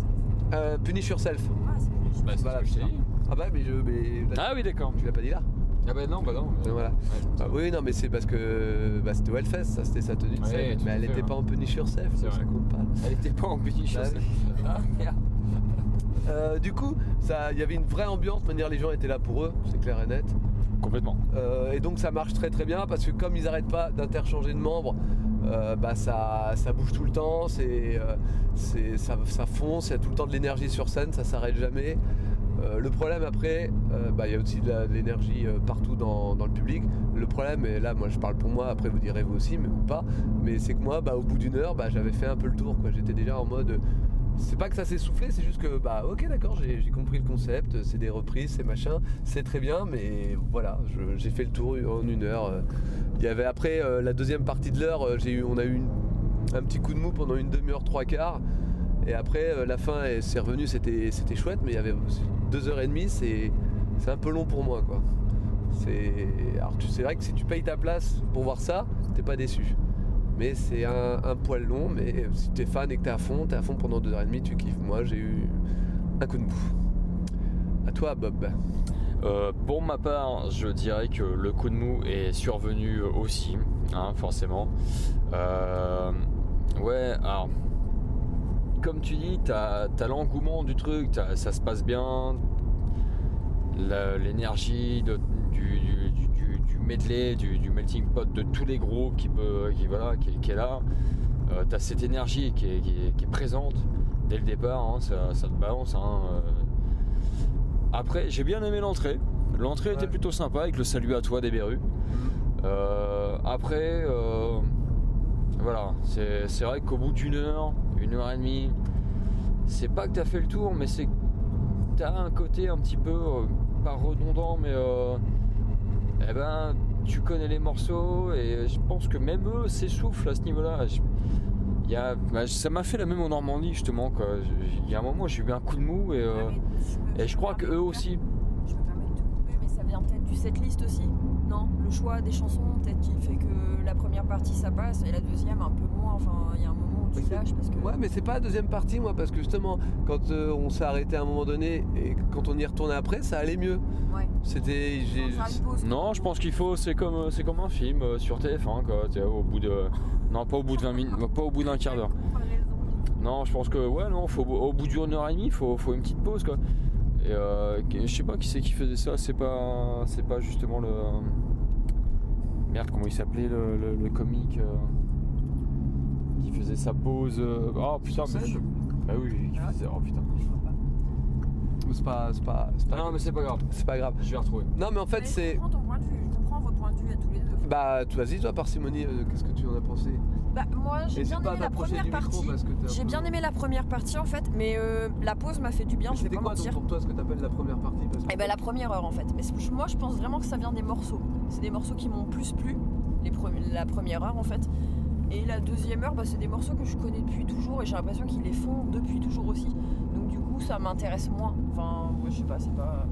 euh, Punish Yourself. Ah, c'est Punisher. bah, c'est Voilà, ce que je t'ai putain. dit. Ah bah mais je, mais là, Ah oui, d'accord. tu l'as pas dit là. Ah bah non, bah non. mais- Voilà. Ouais. Ah oui non mais c'est parce que bah, c'était au Hellfest, ça c'était sa tenue de Ouais, scène, tout mais à elle fait, n'était ouais. pas en Punish Yourself, C'est donc ça vrai. compte pas. Elle était pas en bikini Bah chaussée. Ah merde. Euh, du coup, ça- il y avait une vraie ambiance, de manière les gens étaient là pour eux, c'est clair et net. Complètement. Euh, et donc ça marche très très bien parce que comme ils n'arrêtent pas d'interchanger de membres, euh, bah ça, ça bouge tout le temps, c'est, euh, c'est- ça, ça fonce, il y a tout le temps de l'énergie sur scène, ça s'arrête jamais. Euh, le problème après, euh, bah, il y a aussi de, la- de l'énergie euh, partout dans, dans le public. Le problème, et là moi je parle pour moi, après vous direz vous aussi, mais ou pas, mais c'est que moi bah, au bout d'une heure bah, j'avais fait un peu le tour, quoi. j'étais déjà en mode... euh, C'est pas que ça s'est soufflé, c'est juste que bah ok d'accord j'ai j'ai compris le concept, c'est des reprises, c'est machin, c'est très bien, mais voilà, je- j'ai fait le tour en une heure. Euh, Il y avait après euh, la deuxième partie de l'heure, euh, j'ai eu, on a eu une- un petit coup de mou pendant une demi-heure, trois quarts. Et après, euh, la fin, euh, c'est revenu, c'était c'était chouette, mais il y avait deux heures et demie, c'est c'est un peu long pour moi, quoi. C'est alors tu- c'est vrai que si tu payes ta place pour voir ça, t'es pas déçu. Mais c'est un, un poil long, mais si t'es fan et que t'es à fond, t'es à fond pendant deux heures et demie, tu kiffes. Moi, j'ai eu un coup de mou. À toi, Bob. Euh, pour ma part, je dirais que le coup de mou est survenu aussi, hein, forcément. Euh, ouais, alors, comme tu dis, t'as as, l'engouement du truc, t'as- ça se passe bien, la- l'énergie de- du, du- du- du- du medley, du, du melting pot de tous les groupes qui, peut, qui, voilà, qui, qui est là. Euh, t'as cette énergie qui est, qui est- qui est présente dès le départ, hein, ça, ça te balance. hein, euh, après, j'ai bien aimé l'entrée. L'entrée était Ouais. plutôt sympa avec le salut à toi des Berus. Euh, après, euh, voilà, c'est c'est vrai qu'au bout d'une heure, une heure et demie, c'est pas que t'as fait le tour, mais c'est que t'as un côté un petit peu, euh, pas redondant, mais euh, eh ben, tu connais les morceaux et je pense que même eux s'essoufflent à ce niveau-là. Je- il y a- bah, ça m'a fait la même en Normandie justement. quoi. Je- Il y a un moment, j'ai eu un coup de mou Ah, et. euh, et je crois que eux aussi. Je me permets de te couper, mais ça vient peut-être du setlist aussi. Non, le choix des chansons, peut-être qui fait que la première partie ça passe et la deuxième un peu moins. Enfin, il y a un moment où tu lâches parce que. Ouais, mais c'est pas la deuxième partie, moi, parce que justement, quand euh, on s'est arrêté à un moment donné et quand on y retournait après, ça allait mieux. Ouais. C'était. Faut j'ai- faire une pause. Non, je pense qu'il faut, c'est comme, euh, c'est comme un film euh, sur TF1, quoi. t'sais, au bout de. Non, pas au bout de 20 minutes, pas au bout d'un quart d'heure. Non, je pense que, ouais, non, faut, au bout d'une heure et demie, faut, faut une petite pause, quoi. Et euh, je sais pas qui c'est qui faisait ça, c'est pas, c'est pas justement le. Merde, comment il s'appelait le, le- le comique euh, qui faisait sa pause. euh, Oh putain, mais je- Bah oui, qui faisait. Oh putain. C'est pas, c'est pas, c'est pas, Non, mais c'est pas grave, c'est pas grave. je vais retrouver. Non, mais en fait, Mais Je c'est. comprends ton point de vue, je comprends votre point de vue à tous les deux. Bah, tu- vas-y, toi, parcimonie, euh, qu'est-ce que tu en as pensé Bah, moi, j'ai N'hésite bien pas à aimé la t'approcher première du micro partie. parce que t'es un J'ai peu- bien aimé la première partie en fait, mais euh, la pause m'a fait du bien, Mais je vais C'était pas quoi, donc, mentir. pour toi, ce que t'appelles la première partie parce que Et ben la première heure en fait. Mais c'est- moi je pense vraiment que ça vient des morceaux. C'est des morceaux qui m'ont plus plu, les premi- la première heure en fait. Et la deuxième heure, bah, c'est des morceaux que je connais depuis toujours et j'ai l'impression qu'ils les font depuis toujours aussi. Donc du coup ça m'intéresse moins. Enfin, ouais, je sais pas, c'est pas.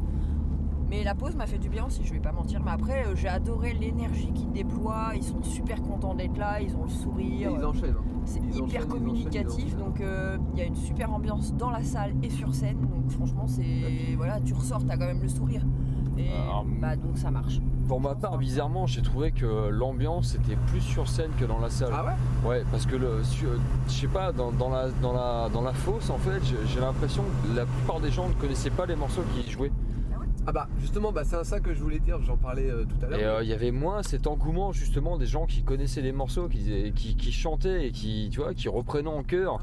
Mais la pause m'a fait du bien aussi, je vais pas mentir. Mais après, euh, j'ai adoré l'énergie qu'ils déploient. Ils sont super contents d'être là, ils ont le Et sourire. ils enchaînent. hein. C'est Ils enchaînent, hyper ils enchaînent, ils communicatif, enchaînent. donc euh, il y a une super ambiance dans la salle et sur scène. Donc franchement, c'est voilà, tu ressors, t'as quand même le sourire. Et Ah, bah donc ça marche. Pour ma part, bizarrement, j'ai trouvé que l'ambiance était plus sur scène que dans la salle. Ah ouais Ouais, parce que le, sur- je sais pas, dans, dans la, dans, la, dans la fosse, en fait, j'ai- j'ai l'impression que la plupart des gens ne connaissaient pas les morceaux qui jouaient. Ah bah, justement, bah, c'est à ça que je voulais dire, j'en parlais euh, tout à Et l'heure. euh, il y avait moins cet engouement, justement, des gens qui connaissaient les morceaux, qui, disaient- qui, qui chantaient et qui, tu vois, qui reprenaient en chœur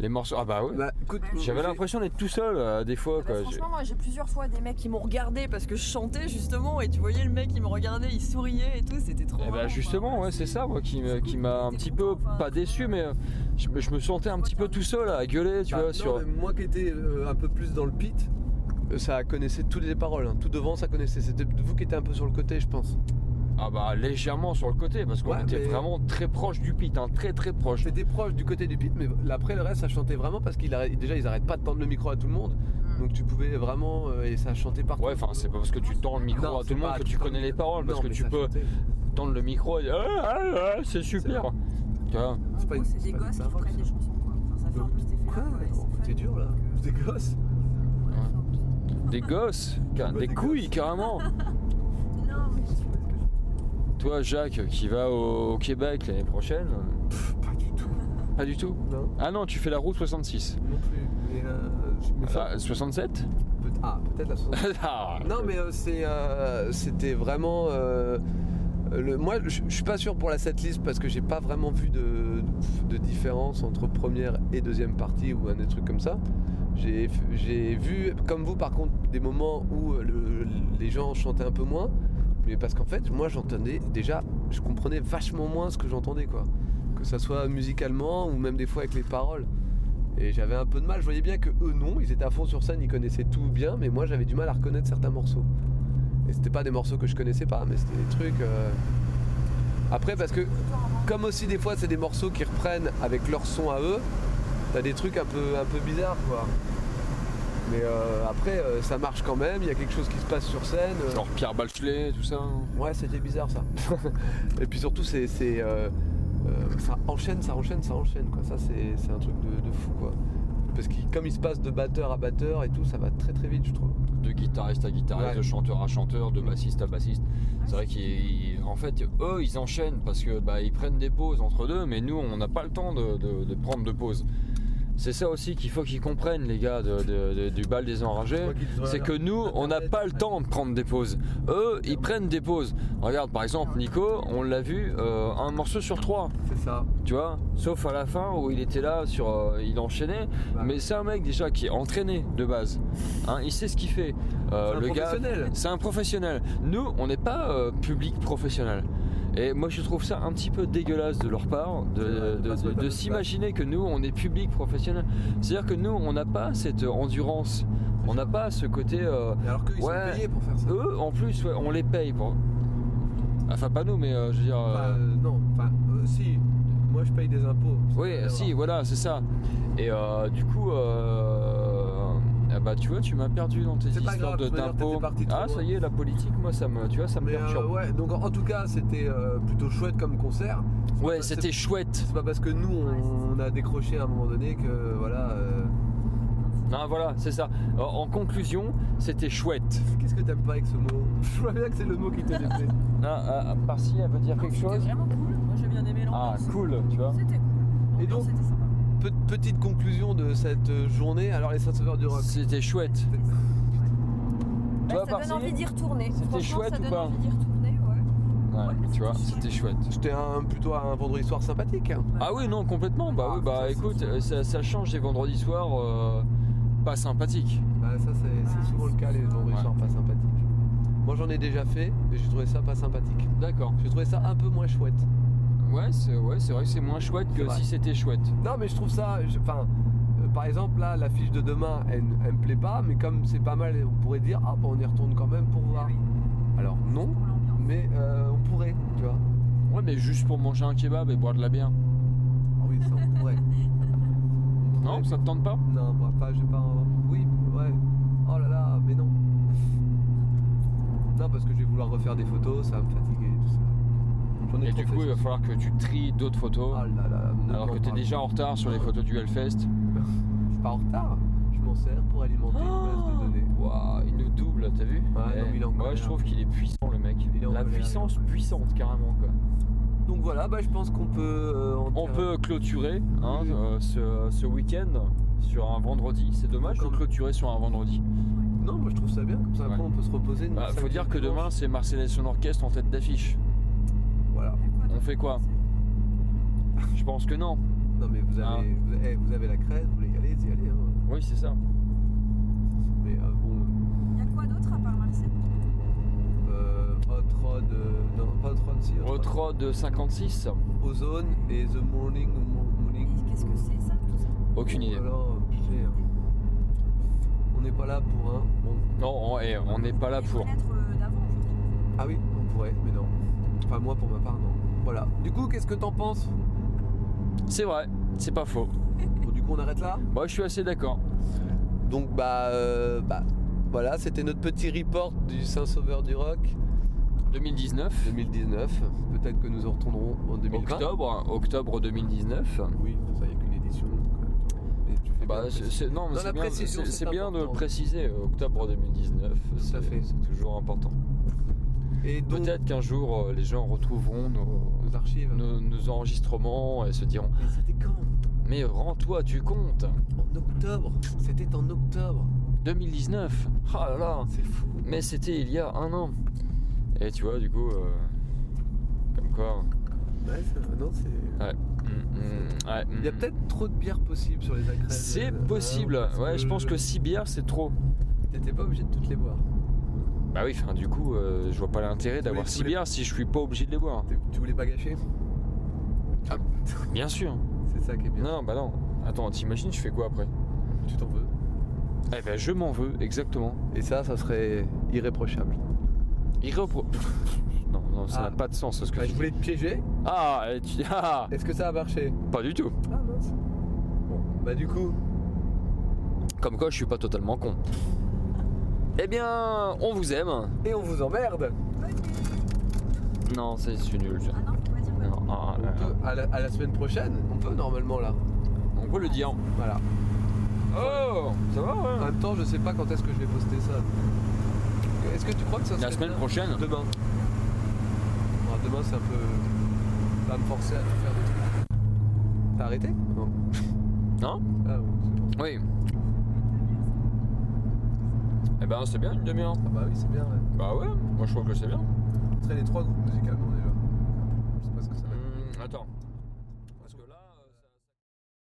les morceaux. Ah bah ouais. Bah, écoute, J'avais j'ai- l'impression d'être tout seul, euh, des fois, Ah bah, quoi. J'ai- franchement, moi j'ai plusieurs fois des mecs qui Ils m'ont m'ont regardé parce que je chantais justement et tu voyais le mec, il me regardait, il souriait et tout, c'était trop. Eh marrant, ben justement, quoi. ouais, c'est ça, moi, qui me- c'est qui cool, m'a t'es un petit peu, content, enfin, pas tu déçu, vois. mais euh, je, me- je me sentais un petit peu tout seul à gueuler, tu Bah, vois, non, sur... mais moi qui étais euh, un peu plus dans le pit, euh, ça connaissait toutes les paroles. hein. Tout devant, ça connaissait. C'était vous qui étiez un peu sur le côté, je pense. Ah bah légèrement sur le côté parce qu'on Ouais, était mais- vraiment très proche du pit, hein, très très proche. J'étais proche du côté du pit, mais après le reste, ça chantait vraiment parce qu'ils arrêtent- déjà ils arrêtent pas de tendre le micro à tout le monde. Donc tu pouvais vraiment euh, et ça chantait partout. Ouais, enfin c'est pas parce que tu tends le micro Non, à tout c'est le monde pas- que tu connais les paroles parce Non, que mais tu ça peux chantait. tendre le micro et dire Ah, ah, ah, c'est super. Tu vois, C'est pas une- c'est c'est des pas une gosses qui baroque, prennent ça. des chansons quoi. Enfin, ça fait un peu cet effet-là. Quoi quoi, et Attends, c'est T'es fun. dur là, des gosses. Ouais, c'est un peu ça. des gosses, car- Ouais, des des couilles gosses. carrément. Non, mais tu vois ce que je Toi Jacques qui va au, au Québec l'année prochaine. euh, Pas du tout. Pas du tout. Non, Ah non, tu fais la route 66. non plus. Mais, euh, mais ça, La 67 peut- ah, peut-être la 60. Ah. Non, mais euh, c'est, euh, c'était vraiment. euh, le, moi, je je suis pas sûr pour la setlist parce que j'ai pas vraiment vu de, de différence entre première et deuxième partie ou un des trucs comme ça. J'ai j'ai vu, comme vous par contre, des moments où euh, le- les gens chantaient un peu moins, mais parce qu'en fait, moi j'entendais déjà, je comprenais vachement moins ce que j'entendais quoi. Que ça soit musicalement ou même des fois avec les paroles. Et j'avais un peu de mal, je voyais bien que eux non, ils étaient à fond sur scène, ils connaissaient tout bien, mais moi j'avais du mal à reconnaître certains morceaux. Et c'était pas des morceaux que je connaissais pas, mais c'était des trucs. euh, Après, parce que comme aussi des fois c'est des morceaux qui reprennent avec leur son à eux, t'as des trucs un peu, un peu bizarres quoi. Mais euh, après, euh, ça marche quand même, il y a quelque chose qui se passe sur scène. euh, Genre Pierre Bachelet, tout ça. hein. Ouais, c'était bizarre ça. Et puis surtout, c'est. c'est, euh, euh, ça enchaîne, ça enchaîne, ça enchaîne quoi. Ça, c'est c'est un truc de, de fou quoi. Parce que comme il se passe de batteur à batteur et tout, ça va très très vite, je trouve. de guitariste à guitariste, Ouais. de chanteur à chanteur, de bassiste à bassiste. C'est Ouais. vrai qu'en fait, eux, ils enchaînent parce que bah, ils prennent des pauses entre deux, mais nous, on n'a pas le temps de, de- de prendre de pauses. C'est ça aussi qu'il faut qu'ils comprennent, les gars, de- de- de- du bal des enragés. C'est que nous, on n'a pas le temps de prendre des pauses. Eux, ils prennent des pauses. Regarde, par exemple, Nico, on l'a vu, euh, un morceau sur trois, C'est ça. tu vois. Sauf à la fin où il était là, sur, euh, il enchaînait. Bah, Mais c'est un mec déjà qui est entraîné de base. Hein, il sait ce qu'il fait. Euh, c'est un le gars, professionnel. c'est un professionnel. Nous, on n'est pas euh, public professionnel. Et moi, je trouve ça un petit peu dégueulasse de leur part de, C'est vrai, de de- pas se mettre de- à de notre s'imaginer que nous, on est public professionnel. C'est-à-dire que nous, on n'a pas cette euh, endurance. On n'a pas ce côté. euh, Et Alors qu'ils Ouais. Euh. sont payés pour faire ça. Eux, en plus, ouais, on les paye. Pour... Enfin, pas nous, mais euh, je veux dire. Enfin, euh, euh, non, enfin, euh, si. Moi, je paye des impôts. Ça Oui, n'a rien à si, voir. voilà, c'est ça. Et euh, du coup, euh, ah bah tu vois, tu m'as perdu dans tes C'est pas histoires grave, de de toute manière, d'impôts. t'étais parti trop Ah, ça loin. y est, la politique, moi, ça me, tu vois, ça me Mais euh, perturbe. ouais, donc en, en tout cas, c'était euh, plutôt chouette comme concert. Ouais, c'est- c'était chouette. C'est pas parce que nous on, a décroché à un moment donné que voilà. euh, Ah, voilà, c'est ça. En en conclusion, c'était chouette. Qu'est-ce que t'aimes pas avec ce mot Je vois bien que c'est le mot qui te déplaît. Ah, ah, par-ci, elle veut dire quelque C'était chose vraiment cool. Moi, j'ai bien aimé Ah, l'ambiance. cool, tu vois. C'était cool. Et donc- L'ambiance était sympa. Pe- petite conclusion de cette euh, journée. Alors les Saint-Sauveurs du rock. C'était chouette. Ouais, Toi, Bah, ça par-ci donne envie d'y retourner. C'était Franchement, chouette ça ou donne pas envie d'y retourner, ouais. Ouais, tu vois, c'était chouette. C'était un, plutôt un vendredi soir sympathique. hein. Ah oui, non, complètement. Bah oui, bah écoute, euh, ça, ça change les vendredis soirs euh, pas sympathiques. Bah, ça c'est c'est souvent le cas les vendredis Ouais. soirs pas sympathiques. Moi j'en ai déjà fait et j'ai trouvé ça pas sympathique. D'accord. J'ai trouvé ça un peu moins chouette. Ouais, c'est ouais, c'est vrai que c'est moins chouette C'est que vrai. si c'était chouette. Non mais je trouve ça, je- enfin, euh, par exemple là l'affiche de demain elle, elle me plaît pas, mais comme c'est pas mal, on pourrait dire ah bah on y retourne quand même pour voir. Oui, Eh Alors non, pour l'ambiance. mais euh, on pourrait, tu vois. Ouais, mais juste pour manger un kebab et boire de la bière. Ah oui ça on pourrait. Non, ça te tente pas Non, bah, pas, j'ai pas. un- Oui, ouais. Oh là là, mais non. Non parce que je vais vouloir refaire des photos, ça va me fatiguer et tout ça. J'en ai Et trop du fait coup, ça. il va falloir que tu tries d'autres photos. Ah là là, ne alors m'en que t'es parle déjà en retard Ah. sur les photos du Hellfest. pas. Je suis pas en retard. Je m'en sers pour alimenter une base de données. Ah. Waouh, il nous double, t'as vu Eh, Ouais, non, mais il est en Moi, colère. je trouve qu'il est puissant, le mec. Il est en colère, il La est en puissance colère. puissante, carrément, quoi. Donc voilà, bah je pense qu'on peut. euh, en On faire- peut clôturer hein, euh, ce, ce week-end sur un vendredi. C'est dommage de Comme- clôturer sur un vendredi. Non, moi je trouve ça bien, comme ça après Ouais. on peut se reposer. nous, Bah, faut samedi, dire que dimanche. demain, c'est Marseillais son orchestre en tête d'affiche. Voilà. On fait quoi Je pense que non. Non mais vous avez, Ah. vous, avez, eh, vous avez la crête, vous voulez y aller, y allez. Hein. Oui, c'est ça. Mais euh, bon, Il y a quoi d'autre à part Marseille euh, Hot Rod, euh, non pas Hot Rod, si. Hot Rod. Retrod 56, Ozone et The Morning. Mo- Et morning. Qu'est-ce que c'est, ça tout ça aucune idée. Alors, on n'est pas là pour un. Bon. Non, on eh, on n'est pas là Les pour. fenêtres, euh, d'avant, aujourd'hui. Ah oui, on pourrait, mais non. Enfin moi pour ma part non. Voilà. Du coup, qu'est-ce que t'en penses C'est vrai, c'est pas faux. Bon, Du coup, on arrête là. Moi, je suis assez d'accord. Donc bah, euh, bah voilà, c'était notre petit report du Saint Sauveur du Rock 2019, 2019. Peut-être que nous en retournerons en 2020. octobre, octobre 2019. Oui, ça n'y a qu'une édition. euh, quand même. Mais tu fais Bah, bien de c'est- c'est- non, mais Dans la c'est bien, précision, c'est- c'est c'est bien de le important. préciser. euh, Octobre 2019, c'est- fait. c'est toujours important. préciser. Et donc, Peut-être qu'un jour, euh, les gens retrouveront nos, nos archives. nos- nos enregistrements et se diront Mais c'était quand Mais rends-toi du compte En octobre. C'était en octobre. 2019 Ah là là C'est fou. Mais c'était il y a un an Et tu vois, du coup, euh, comme quoi. Ouais, ça va, non, c'est. mm, mm, ouais, Il y a mm. peut-être trop de bière possible sur les Euh, agrès. C'est possible Ouais, je pense que 6 bières, c'est trop. T'étais pas obligé de toutes les boire. Bah oui, enfin, du coup, euh, je vois pas l'intérêt d'avoir tous 6 les- bières si je suis pas obligé de les boire. T'es- Tu voulais pas gâcher Bien sûr C'est ça qui est bien. Non, bah non. Attends, t'imagines, je fais quoi après Tu t'en veux. Eh ben, je m'en veux, exactement. Et ça, ça serait irréprochable. Irrepro... Non, non, ça Ah. n'a pas de sens ce que Bah, tu je dis. voulais te piéger. Ah, euh, tu... ah, Est-ce que ça a marché pas du tout. Ah mince. Bon, bah du coup, Comme quoi, je suis pas totalement con. Eh bien, on vous aime. et on vous emmerde. Non, c'est c'est nul. ça. Ah non, faut pas dire. Non, ah, On là, là. peut- à, la, à la semaine prochaine, on peut normalement là. On peut le dire. Voilà. Oh, ça va, En ouais. même temps, je sais pas quand est-ce que je vais poster ça. Est-ce que tu crois que ça La serait semaine bien prochaine. Demain. Bon, demain, c'est un peu. Ça va me forcer à tout faire des trucs. T'as arrêté Non. Non Ah, bon, c'est bon. Oui. Eh ben, c'est bien une demi-heure. Eh ben, Ah bah oui, c'est bien, ouais. Bah ouais, moi je trouve que c'est bien. Ce seraient les trois groupes musicales. Hum,